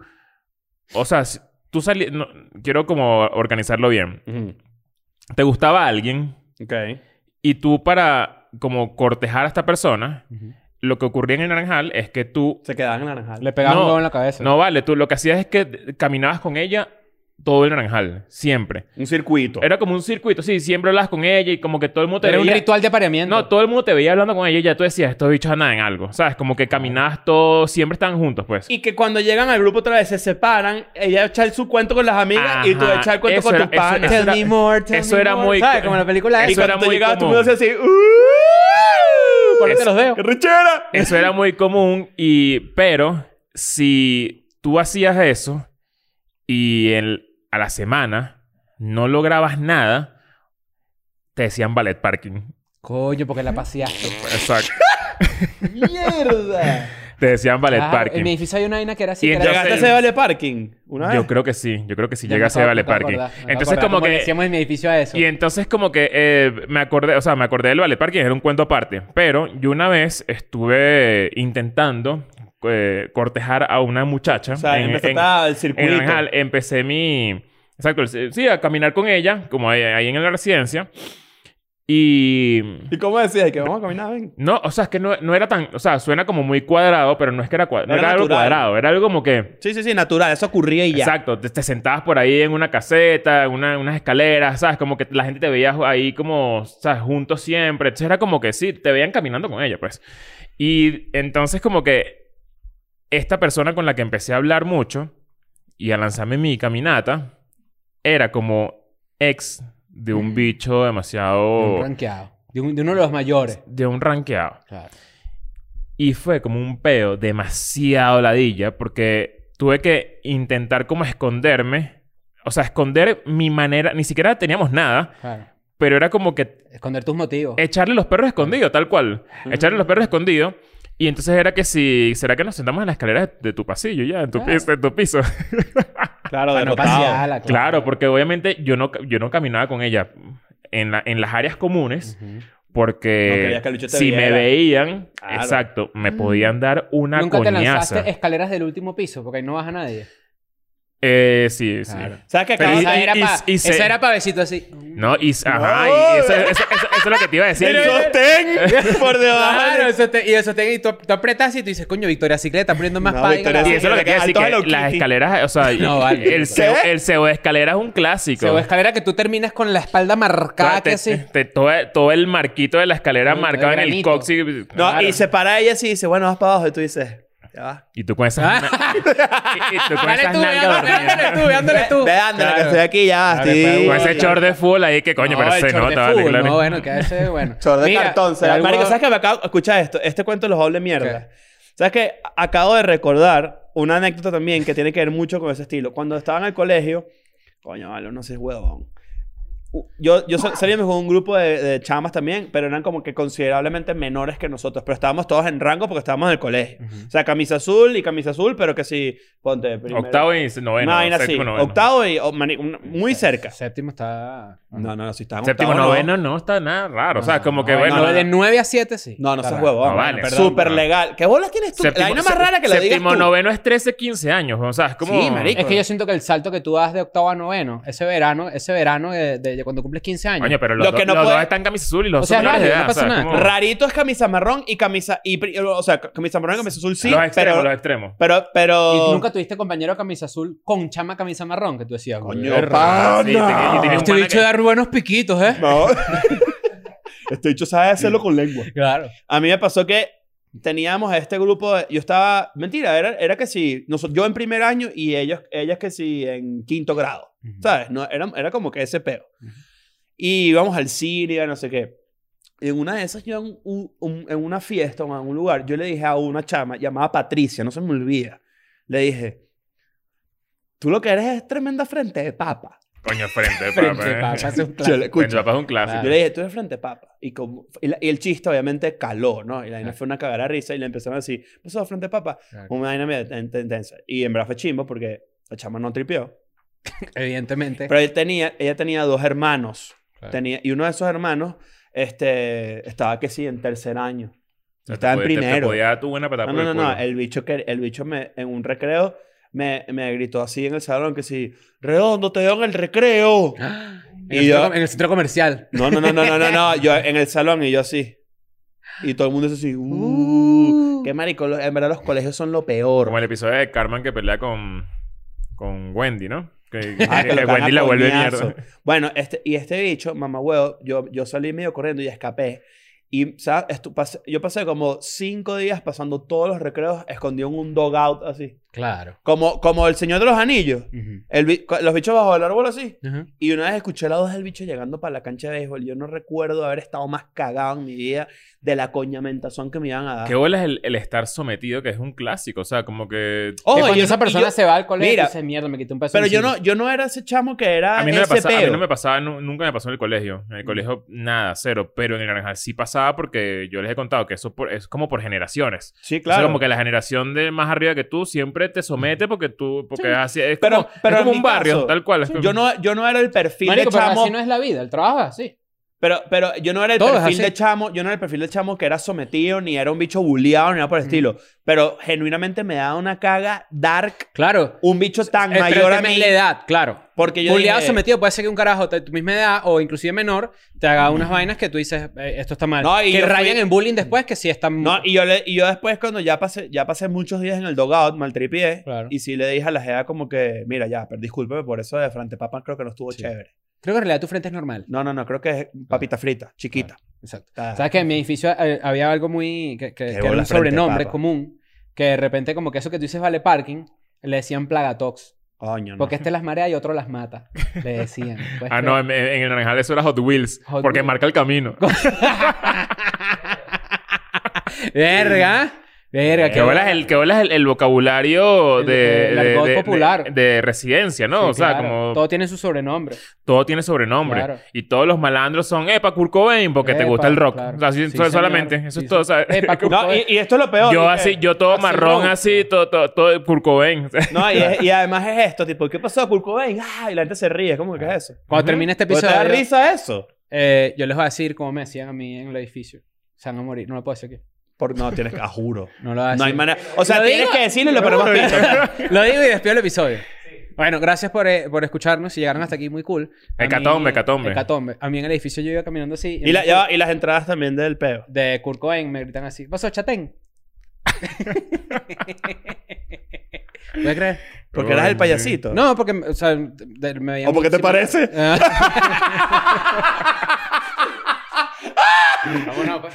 S2: O sea, si tú salí... no, quiero como organizarlo bien.
S3: Ujú.
S2: Te gustaba alguien
S3: Ok.
S2: y tú para como cortejar a esta persona lo que ocurría en el Naranjal es que tú...
S3: Se quedaban en naranjal.
S4: Le pegaba
S2: No,
S4: un globo en la cabeza.
S2: No vale, tú lo que hacías es que caminabas con ella todo el Naranjal, siempre.
S3: Un circuito.
S2: Era como un circuito, sí, siempre hablabas con ella y como que todo el mundo te
S4: Era un
S2: veía...
S4: ritual de apareamiento.
S2: No, todo el mundo te veía hablando con ella y ya tú decías, estos bichos andan en algo, ¿sabes? Como que
S4: Ah.
S2: caminabas todos, siempre estaban juntos, pues.
S3: Y que cuando llegan al grupo otra vez se separan, ella echa su cuento con las amigas y tú
S2: Ajá.
S3: echas el cuento
S2: Eso
S3: con
S2: era-
S3: tus panas.
S2: eso
S4: Tell
S2: era-
S4: me more, tell
S2: eso
S4: me
S2: era
S4: more.
S2: muy-
S4: ¿Sabes? Como la película
S2: eso
S3: y
S4: esa.
S2: era
S3: cuando
S2: muy
S3: llegaba todo el
S2: común.
S3: mundo hacía
S4: "Uh,
S3: así.
S4: Ponete los dedos.
S3: ¡Uh! ¡Qué rechera!
S2: Eso era muy común y... Pero si tú hacías eso y el, a la semana no lograbas nada, te decían ballet parking.
S4: Coño, porque la paseaste.
S2: Exacto.
S4: ¡Mierda!
S2: Te decían ballet
S4: Claro, En
S2: parking.
S4: mi edificio hay una vaina que era así.
S2: Y
S4: que era-
S2: entonces-
S3: ¿Llegaste a ese vale parking? Una vez.
S2: Yo creo que sí, yo creo que sí
S4: Ya me
S2: llega a ser
S4: acabo- me
S2: Vale
S4: acabo de
S2: Parking.
S4: acordar, me acabo de
S2: Entonces
S4: acordar
S2: como
S4: cómo le
S2: que
S4: decíamos en mi edificio a eso.
S2: y entonces como que eh, me acordé, o sea, me acordé del Vale Parking, era un cuento aparte, pero yo una vez estuve intentando eh, cortejar a una muchacha
S3: O sea,
S2: en,
S3: empezaste
S2: en-
S3: a- el
S2: en
S3: circuito.
S2: Naranjal. empecé mi exacto, el- sí, a caminar con ella, como ahí, ahí en la residencia y
S3: ¿Y cómo decías? Que vamos a caminar, ven.
S2: no, o sea, es que no, no era tan... O sea, suena como muy cuadrado, pero no es que era cuadrado. No
S3: Era
S2: era algo
S3: natural.
S2: cuadrado. Era algo como que...
S3: Sí, sí, sí, natural. Eso ocurría y ya.
S2: Exacto, te, te sentabas por ahí en una caseta, en una- unas escaleras, ¿sabes? Como que la gente te veía ahí como, ¿sabes? Juntos siempre. Entonces era como que sí, te veían caminando con ella, pues. Y entonces como que esta persona con la que empecé a hablar mucho y a lanzarme mi caminata era como ex de un
S4: Mm.
S2: bicho
S4: De un
S2: demasiado...
S4: ranqueado. De, un- de uno de los mayores.
S2: De un ranqueado.
S4: Claro.
S2: Y fue como un peo demasiado ladilla porque tuve que intentar como esconderme. O sea, esconder mi manera. Ni siquiera teníamos nada,
S4: claro.
S2: pero era como que
S4: Esconder tus motivos.
S2: echarle los perros escondidos, tal cual. Echarle los perros escondidos. Y entonces era que si... ¿Será que nos sentamos en la escalera de tu pasillo ya? En tu,
S4: Claro.
S2: piso, en tu piso.
S3: Claro,
S4: Para no
S3: derrotado.
S4: pasearla,
S2: claro, porque obviamente yo no, ca- yo no caminaba con ella en, la- en las áreas comunes.
S4: Ujú.
S3: No
S2: Porque
S3: querías que el bicho te
S2: si me
S3: viera.
S2: veían,
S3: Claro. Mm.
S2: exacto, me podían dar una
S4: Nunca te
S2: coñaza.
S4: lanzaste escaleras del último piso porque ahí no baja nadie.
S2: Eh, sí, sí.
S4: Claro.
S3: ¿Sabes qué
S2: Pero
S3: acabas de
S2: y-
S4: esa, era
S2: y-
S4: pa-
S2: y se-
S4: esa era pavecito así.
S2: No, y... Ajá, y eso, eso- eso- eso es lo que te iba a decir.
S3: ¡El sostén! Por debajo.
S4: Claro, eso te- y eso te, y tú, tú apretas y tú dices, coño, Victoria Secret está poniendo más
S3: No,
S4: pan en
S3: Victoria
S4: la-
S2: Y eso es lo que quería decir,
S3: Alto Hello
S2: que las
S3: Kitty.
S2: escaleras, o sea,
S4: No, vale.
S2: el, CEO, el CEO de escalera es un clásico.
S4: Se va escalera que tú terminas con la espalda marcada
S2: Te-
S4: que así.
S2: te- te- todo, todo el marquito de la escalera
S4: Todo el
S2: marcado en el
S4: granito.
S2: cox y,
S3: No, y se para ella así y dice, bueno, vas para abajo. Y tú dices, ya va.
S2: y tú con esas, na- y, y tú con
S4: Ah. Dale
S2: esas
S4: tú,
S2: nalgas
S4: ve-
S2: dormidas.
S4: ándale tú, ve, ándale tú.
S3: Ve, anda, que
S4: Claro.
S3: estoy aquí, ya.
S4: Dale,
S3: estoy-
S2: Con ese short de full ahí que coño,
S4: No,
S2: pero
S4: el
S2: se
S4: short de
S2: nota, vale,
S4: full,
S2: claro.
S4: No, bueno, que ese, bueno.
S3: Chor de
S4: Mira,
S3: cartón, será.
S4: ya el
S3: Marico,
S4: huevo-
S3: ¿sabes que me acabo... Escucha esto. Este cuento los doble mierda. ¿Sabes que Acabo de recordar una anécdota también que tiene que ver mucho con ese estilo. Cuando estaba en el colegio... Coño, vale, no sé, huevón. U- Yo, yo sal- salíamos con un grupo de, de chamas también, pero eran como que considerablemente menores que nosotros. Pero estábamos todos en rango porque estábamos en el colegio. O sea, camisa azul y camisa azul, pero que si... Ponte primero.
S2: Octavo y noveno.
S3: Una vaina así.
S2: séptimo, noveno.
S3: Octavo y... o, mani- un- muy cerca.
S4: Séptimo está.
S3: No, no, no. Si estábamos
S2: Séptimo,
S3: octavo, no.
S2: noveno no está nada raro. o sea, como que
S4: Ah, No,
S2: bueno.
S4: no, de 9 a 7 sí.
S3: No, no
S4: Está
S3: seas
S4: raro.
S3: huevón.
S2: No, vale.
S3: Perdón. Súper
S2: No.
S3: legal. ¿Qué bolas tienes tú? la vaina más rara que la digas
S2: Séptimo,
S3: tú.
S2: noveno es 13, 15 años. O sea, es como...
S3: Sí, marico.
S4: Es que yo siento que el salto que tú das de octavo a noveno, ese verano, ese verano de, de- de cuando cumples 15 años.
S2: Coño, pero los,
S3: Lo que
S2: dos-
S3: no
S2: los
S3: puede-
S2: dos están camisa azul y los
S4: O sea,
S2: dos son
S4: es
S2: menores de
S4: válido,
S2: edad,
S4: no pasa
S2: o sea,
S4: nada.
S2: como-
S3: Rarito es camisa marrón y camisa... Y, pri- o sea, camisa marrón y camisa azul sí,
S2: los extremos,
S3: pero...
S2: los extremos.
S3: Pero, pero...
S4: Y nunca tuviste compañero camisa azul con chama camisa marrón que tú decías.
S3: Coño,
S4: "Verga,
S3: pana.
S2: Sí, tenía- y tenía un
S4: Este
S2: pana
S4: bicho
S2: que-
S4: da buenos piquitos, ¿eh?
S3: No. este dicho sabe hacerlo con lengua.
S4: Claro.
S3: A mí me pasó que teníamos a este grupo... de- yo estaba... Mentira, era, era que si... noso- yo en primer año y ellos, ellas que si en quinto grado. ¿Sabes? No, era, era como que ese peo. Y íbamos al cine, no sé qué. Y en una de esas, yo en, un- un- en una fiesta o en un lugar, yo le dije a una chama llamada Patricia, no se me olvida. Le dije, tú lo que eres es tremenda frente de papa.
S2: Coño, frente, de
S4: Frente,
S2: papa. eh.
S4: papá, es un
S3: Yo le-
S4: clásico.
S3: escucha,
S2: Frente, de papá es un clásico.
S3: yo le dije, tú eres frente de papa. Y, como, y, la- y el chiste, obviamente, caló, ¿no? Y la
S2: Ah.
S3: vaina fue una cagada de risa y le empezaron a decir, ¿no sos frente de papa?
S4: Claro.
S3: Una vaina media ten- ten- tensa. Y en verdad fue chimbo porque la chama no tripió.
S4: Evidentemente.
S3: Pero él tenía, ella tenía dos hermanos.
S4: Claro.
S3: Tenía, y uno de esos hermanos este, estaba que sí en tercer año.
S2: O sea, te
S3: estaba en
S2: podía- te- Te
S3: primero.
S2: podía dar tu buena patada
S3: No,
S2: por
S3: no,
S2: el
S3: no, no.
S2: culo.
S3: El bicho, que, el bicho me, en un recreo me, me gritó así en el salón que sí, redondo, te veo en el recreo.
S2: Ah.
S4: En,
S3: y
S4: el
S3: yo-
S4: centro, en el centro comercial.
S3: No, no, no, no, no, no, no. Yo en el salón y yo así. Y todo el mundo es así, "Uh, qué marico. lo- En verdad los colegios son lo
S2: Como
S3: peor.
S2: el episodio de Carmen que pelea con, con Wendy, ¿no? Que,
S3: Ah,
S2: que
S3: lo cagan
S2: Wendy
S3: a
S2: la vuelve
S3: coñazo.
S2: mierda.
S3: Bueno, este, y este bicho, mamá huevo, yo, yo salí medio corriendo y escapé. Y, ¿sabes? Estu- pasé- yo pasé como cinco días pasando todos los recreos escondido en un dog out así.
S4: Claro.
S3: Como, como el Señor de los Anillos. El bi- co- los bichos bajo el árbol así. Y una vez escuché la voz del bicho llegando para la cancha de béisbol. Yo no recuerdo haber estado más cagado en mi vida de la coñamentación que me iban a dar.
S2: Qué bola es el, el estar sometido, que es un clásico. O sea, como que...
S3: Ojo,
S4: Que
S3: y
S4: cuando
S3: yo-
S4: esa
S3: y
S4: persona
S3: yo-
S4: se va al colegio
S3: Mira.
S4: y dice, mierda, me quité un peso.
S3: Pero yo
S4: encima".
S3: no, yo no era ese chamo que era
S2: A mí, no me
S3: ese
S2: pasaba, a mí
S3: peo.
S2: no me pasaba, nu- nunca me pasó en el colegio. En el colegio, nada, cero. Pero en el Naranjal sí pasaba porque yo les he contado que eso por- es como por generaciones.
S3: Sí,
S2: Claro.
S3: claro.
S2: como que la generación de más arriba que tú siempre te somete porque tú... Porque es así, es
S3: Pero-
S2: como, es
S3: pero
S2: como
S3: en
S2: un
S3: mi
S2: barrio,
S3: caso,
S2: tal cual. Es como-
S3: yo, no, yo no era el perfil de
S4: Marico, pero
S3: chamo.
S4: así no es la vida. El trabajo es así.
S3: Pero, pero yo no era el
S4: Todo es
S3: perfil
S4: así.
S3: de chamo, yo no era el perfil de chamo que era sometido, ni era un bicho bulleado, ni nada
S4: Mm.
S3: por el estilo. Pero genuinamente me daba una caga dark,
S4: Claro.
S3: un bicho tan
S4: El
S3: mayor
S4: tema
S3: a
S4: es
S3: mí.
S4: la edad, claro.
S3: Porque yo
S4: Bulleado
S3: dije-
S4: sometido puede ser que un carajo de tu misma edad o inclusive menor te haga unas vainas que tú dices, "Eh, esto está mal.
S3: No, y
S4: que
S3: yo
S4: rayan
S3: fui-
S4: en bullying después, que sí están...
S3: No, y yo, le, y yo después cuando ya pasé, ya pasé muchos días en el dogout, maltripié,
S4: Claro.
S3: y sí le dije a la jeva como que, mira ya, pero discúlpeme por eso de frente papa creo que no estuvo
S4: Sí.
S3: chévere.
S4: Creo que en realidad tu frente es normal.
S3: No, no, no, creo que es papita frita, chiquita.
S4: Exacto.
S3: Está-
S4: ¿Sabes que en mi edificio eh, había algo muy... que, que- que
S3: Ah,
S4: era
S3: bola
S4: un
S3: frente,
S4: sobrenombre
S3: papa.
S4: común, que de repente como que eso que tú dices vale parking, le decían plagatox.
S3: Coño, no.
S4: Porque este las marea y otro las mata, le decían. Pues ¿Puedes
S2: Ah,
S4: creer?
S2: no, en, en el Naranjal eso era Hot Wheels.
S4: Hot
S2: porque
S4: Wheels.
S2: marca el camino.
S4: Verga. Verga,
S2: Que
S4: qué
S2: bolas
S4: bola.
S2: el, que bolas el, el vocabulario
S4: El-
S2: de,
S4: el
S2: de-
S4: argot
S2: de-
S4: popular.
S2: de- de residencia, ¿no?
S4: Sí,
S2: o sea,
S4: claro.
S2: como todo,
S4: Todo tiene su sobrenombre.
S2: tiene sobrenombre.
S4: Claro.
S2: Y todos los malandros son, epa, Kurt Cobain, porque te
S4: Epa,
S2: gusta el rock.
S4: claro.
S2: O sea, así-
S4: Sí,
S2: so-
S4: señor.
S2: solamente. Eso
S4: Sí,
S2: es todo,
S4: señor.
S2: ¿sabes?
S4: Epa, Kurt
S3: No, y, y esto es lo peor.
S2: yo
S3: dije.
S2: así, yo todo
S4: Axl
S2: marrón
S4: Rose.
S2: así, todo, todo, todo Kurt Cobain.
S3: No, y, es- y además es esto, tipo, ¿qué pasó, Kurt Cobain? Ah, y la gente se ríe, ¿cómo que es eso?
S4: Cuando termine este
S3: ¿Pero ¿Te da
S4: episodio,
S3: risa eso?
S4: eh, yo les voy a decir cómo me hacían a mí en el edificio. Se van a morir. No lo puedo decir aquí.
S3: Por, no, tienes que, ah, juro.
S4: No lo voy a
S3: No hay
S4: decir.
S3: manera. O sea,
S4: Lo
S3: tienes
S4: digo-
S3: que decirlo, pero más
S4: Lo digo y despido el episodio. Bueno, gracias por, eh, por escucharnos. Si llegaron hasta aquí, muy cool. A mí-
S2: Hecatombe, hecatombe.
S4: Hecatombe. A mí en el edificio yo iba caminando así.
S3: Y, la- ya va, y las entradas también del peo.
S4: De Kurt Cobain me gritan así. ¿Pasó, chatén? ¿Puedes creer?
S3: Porque
S2: Pero
S3: eras el
S2: bueno,
S3: payasito.
S4: No, porque o sea, de- me veían
S3: ¿O porque te
S4: muchísimo-
S3: parece?
S4: Vámonos, pues.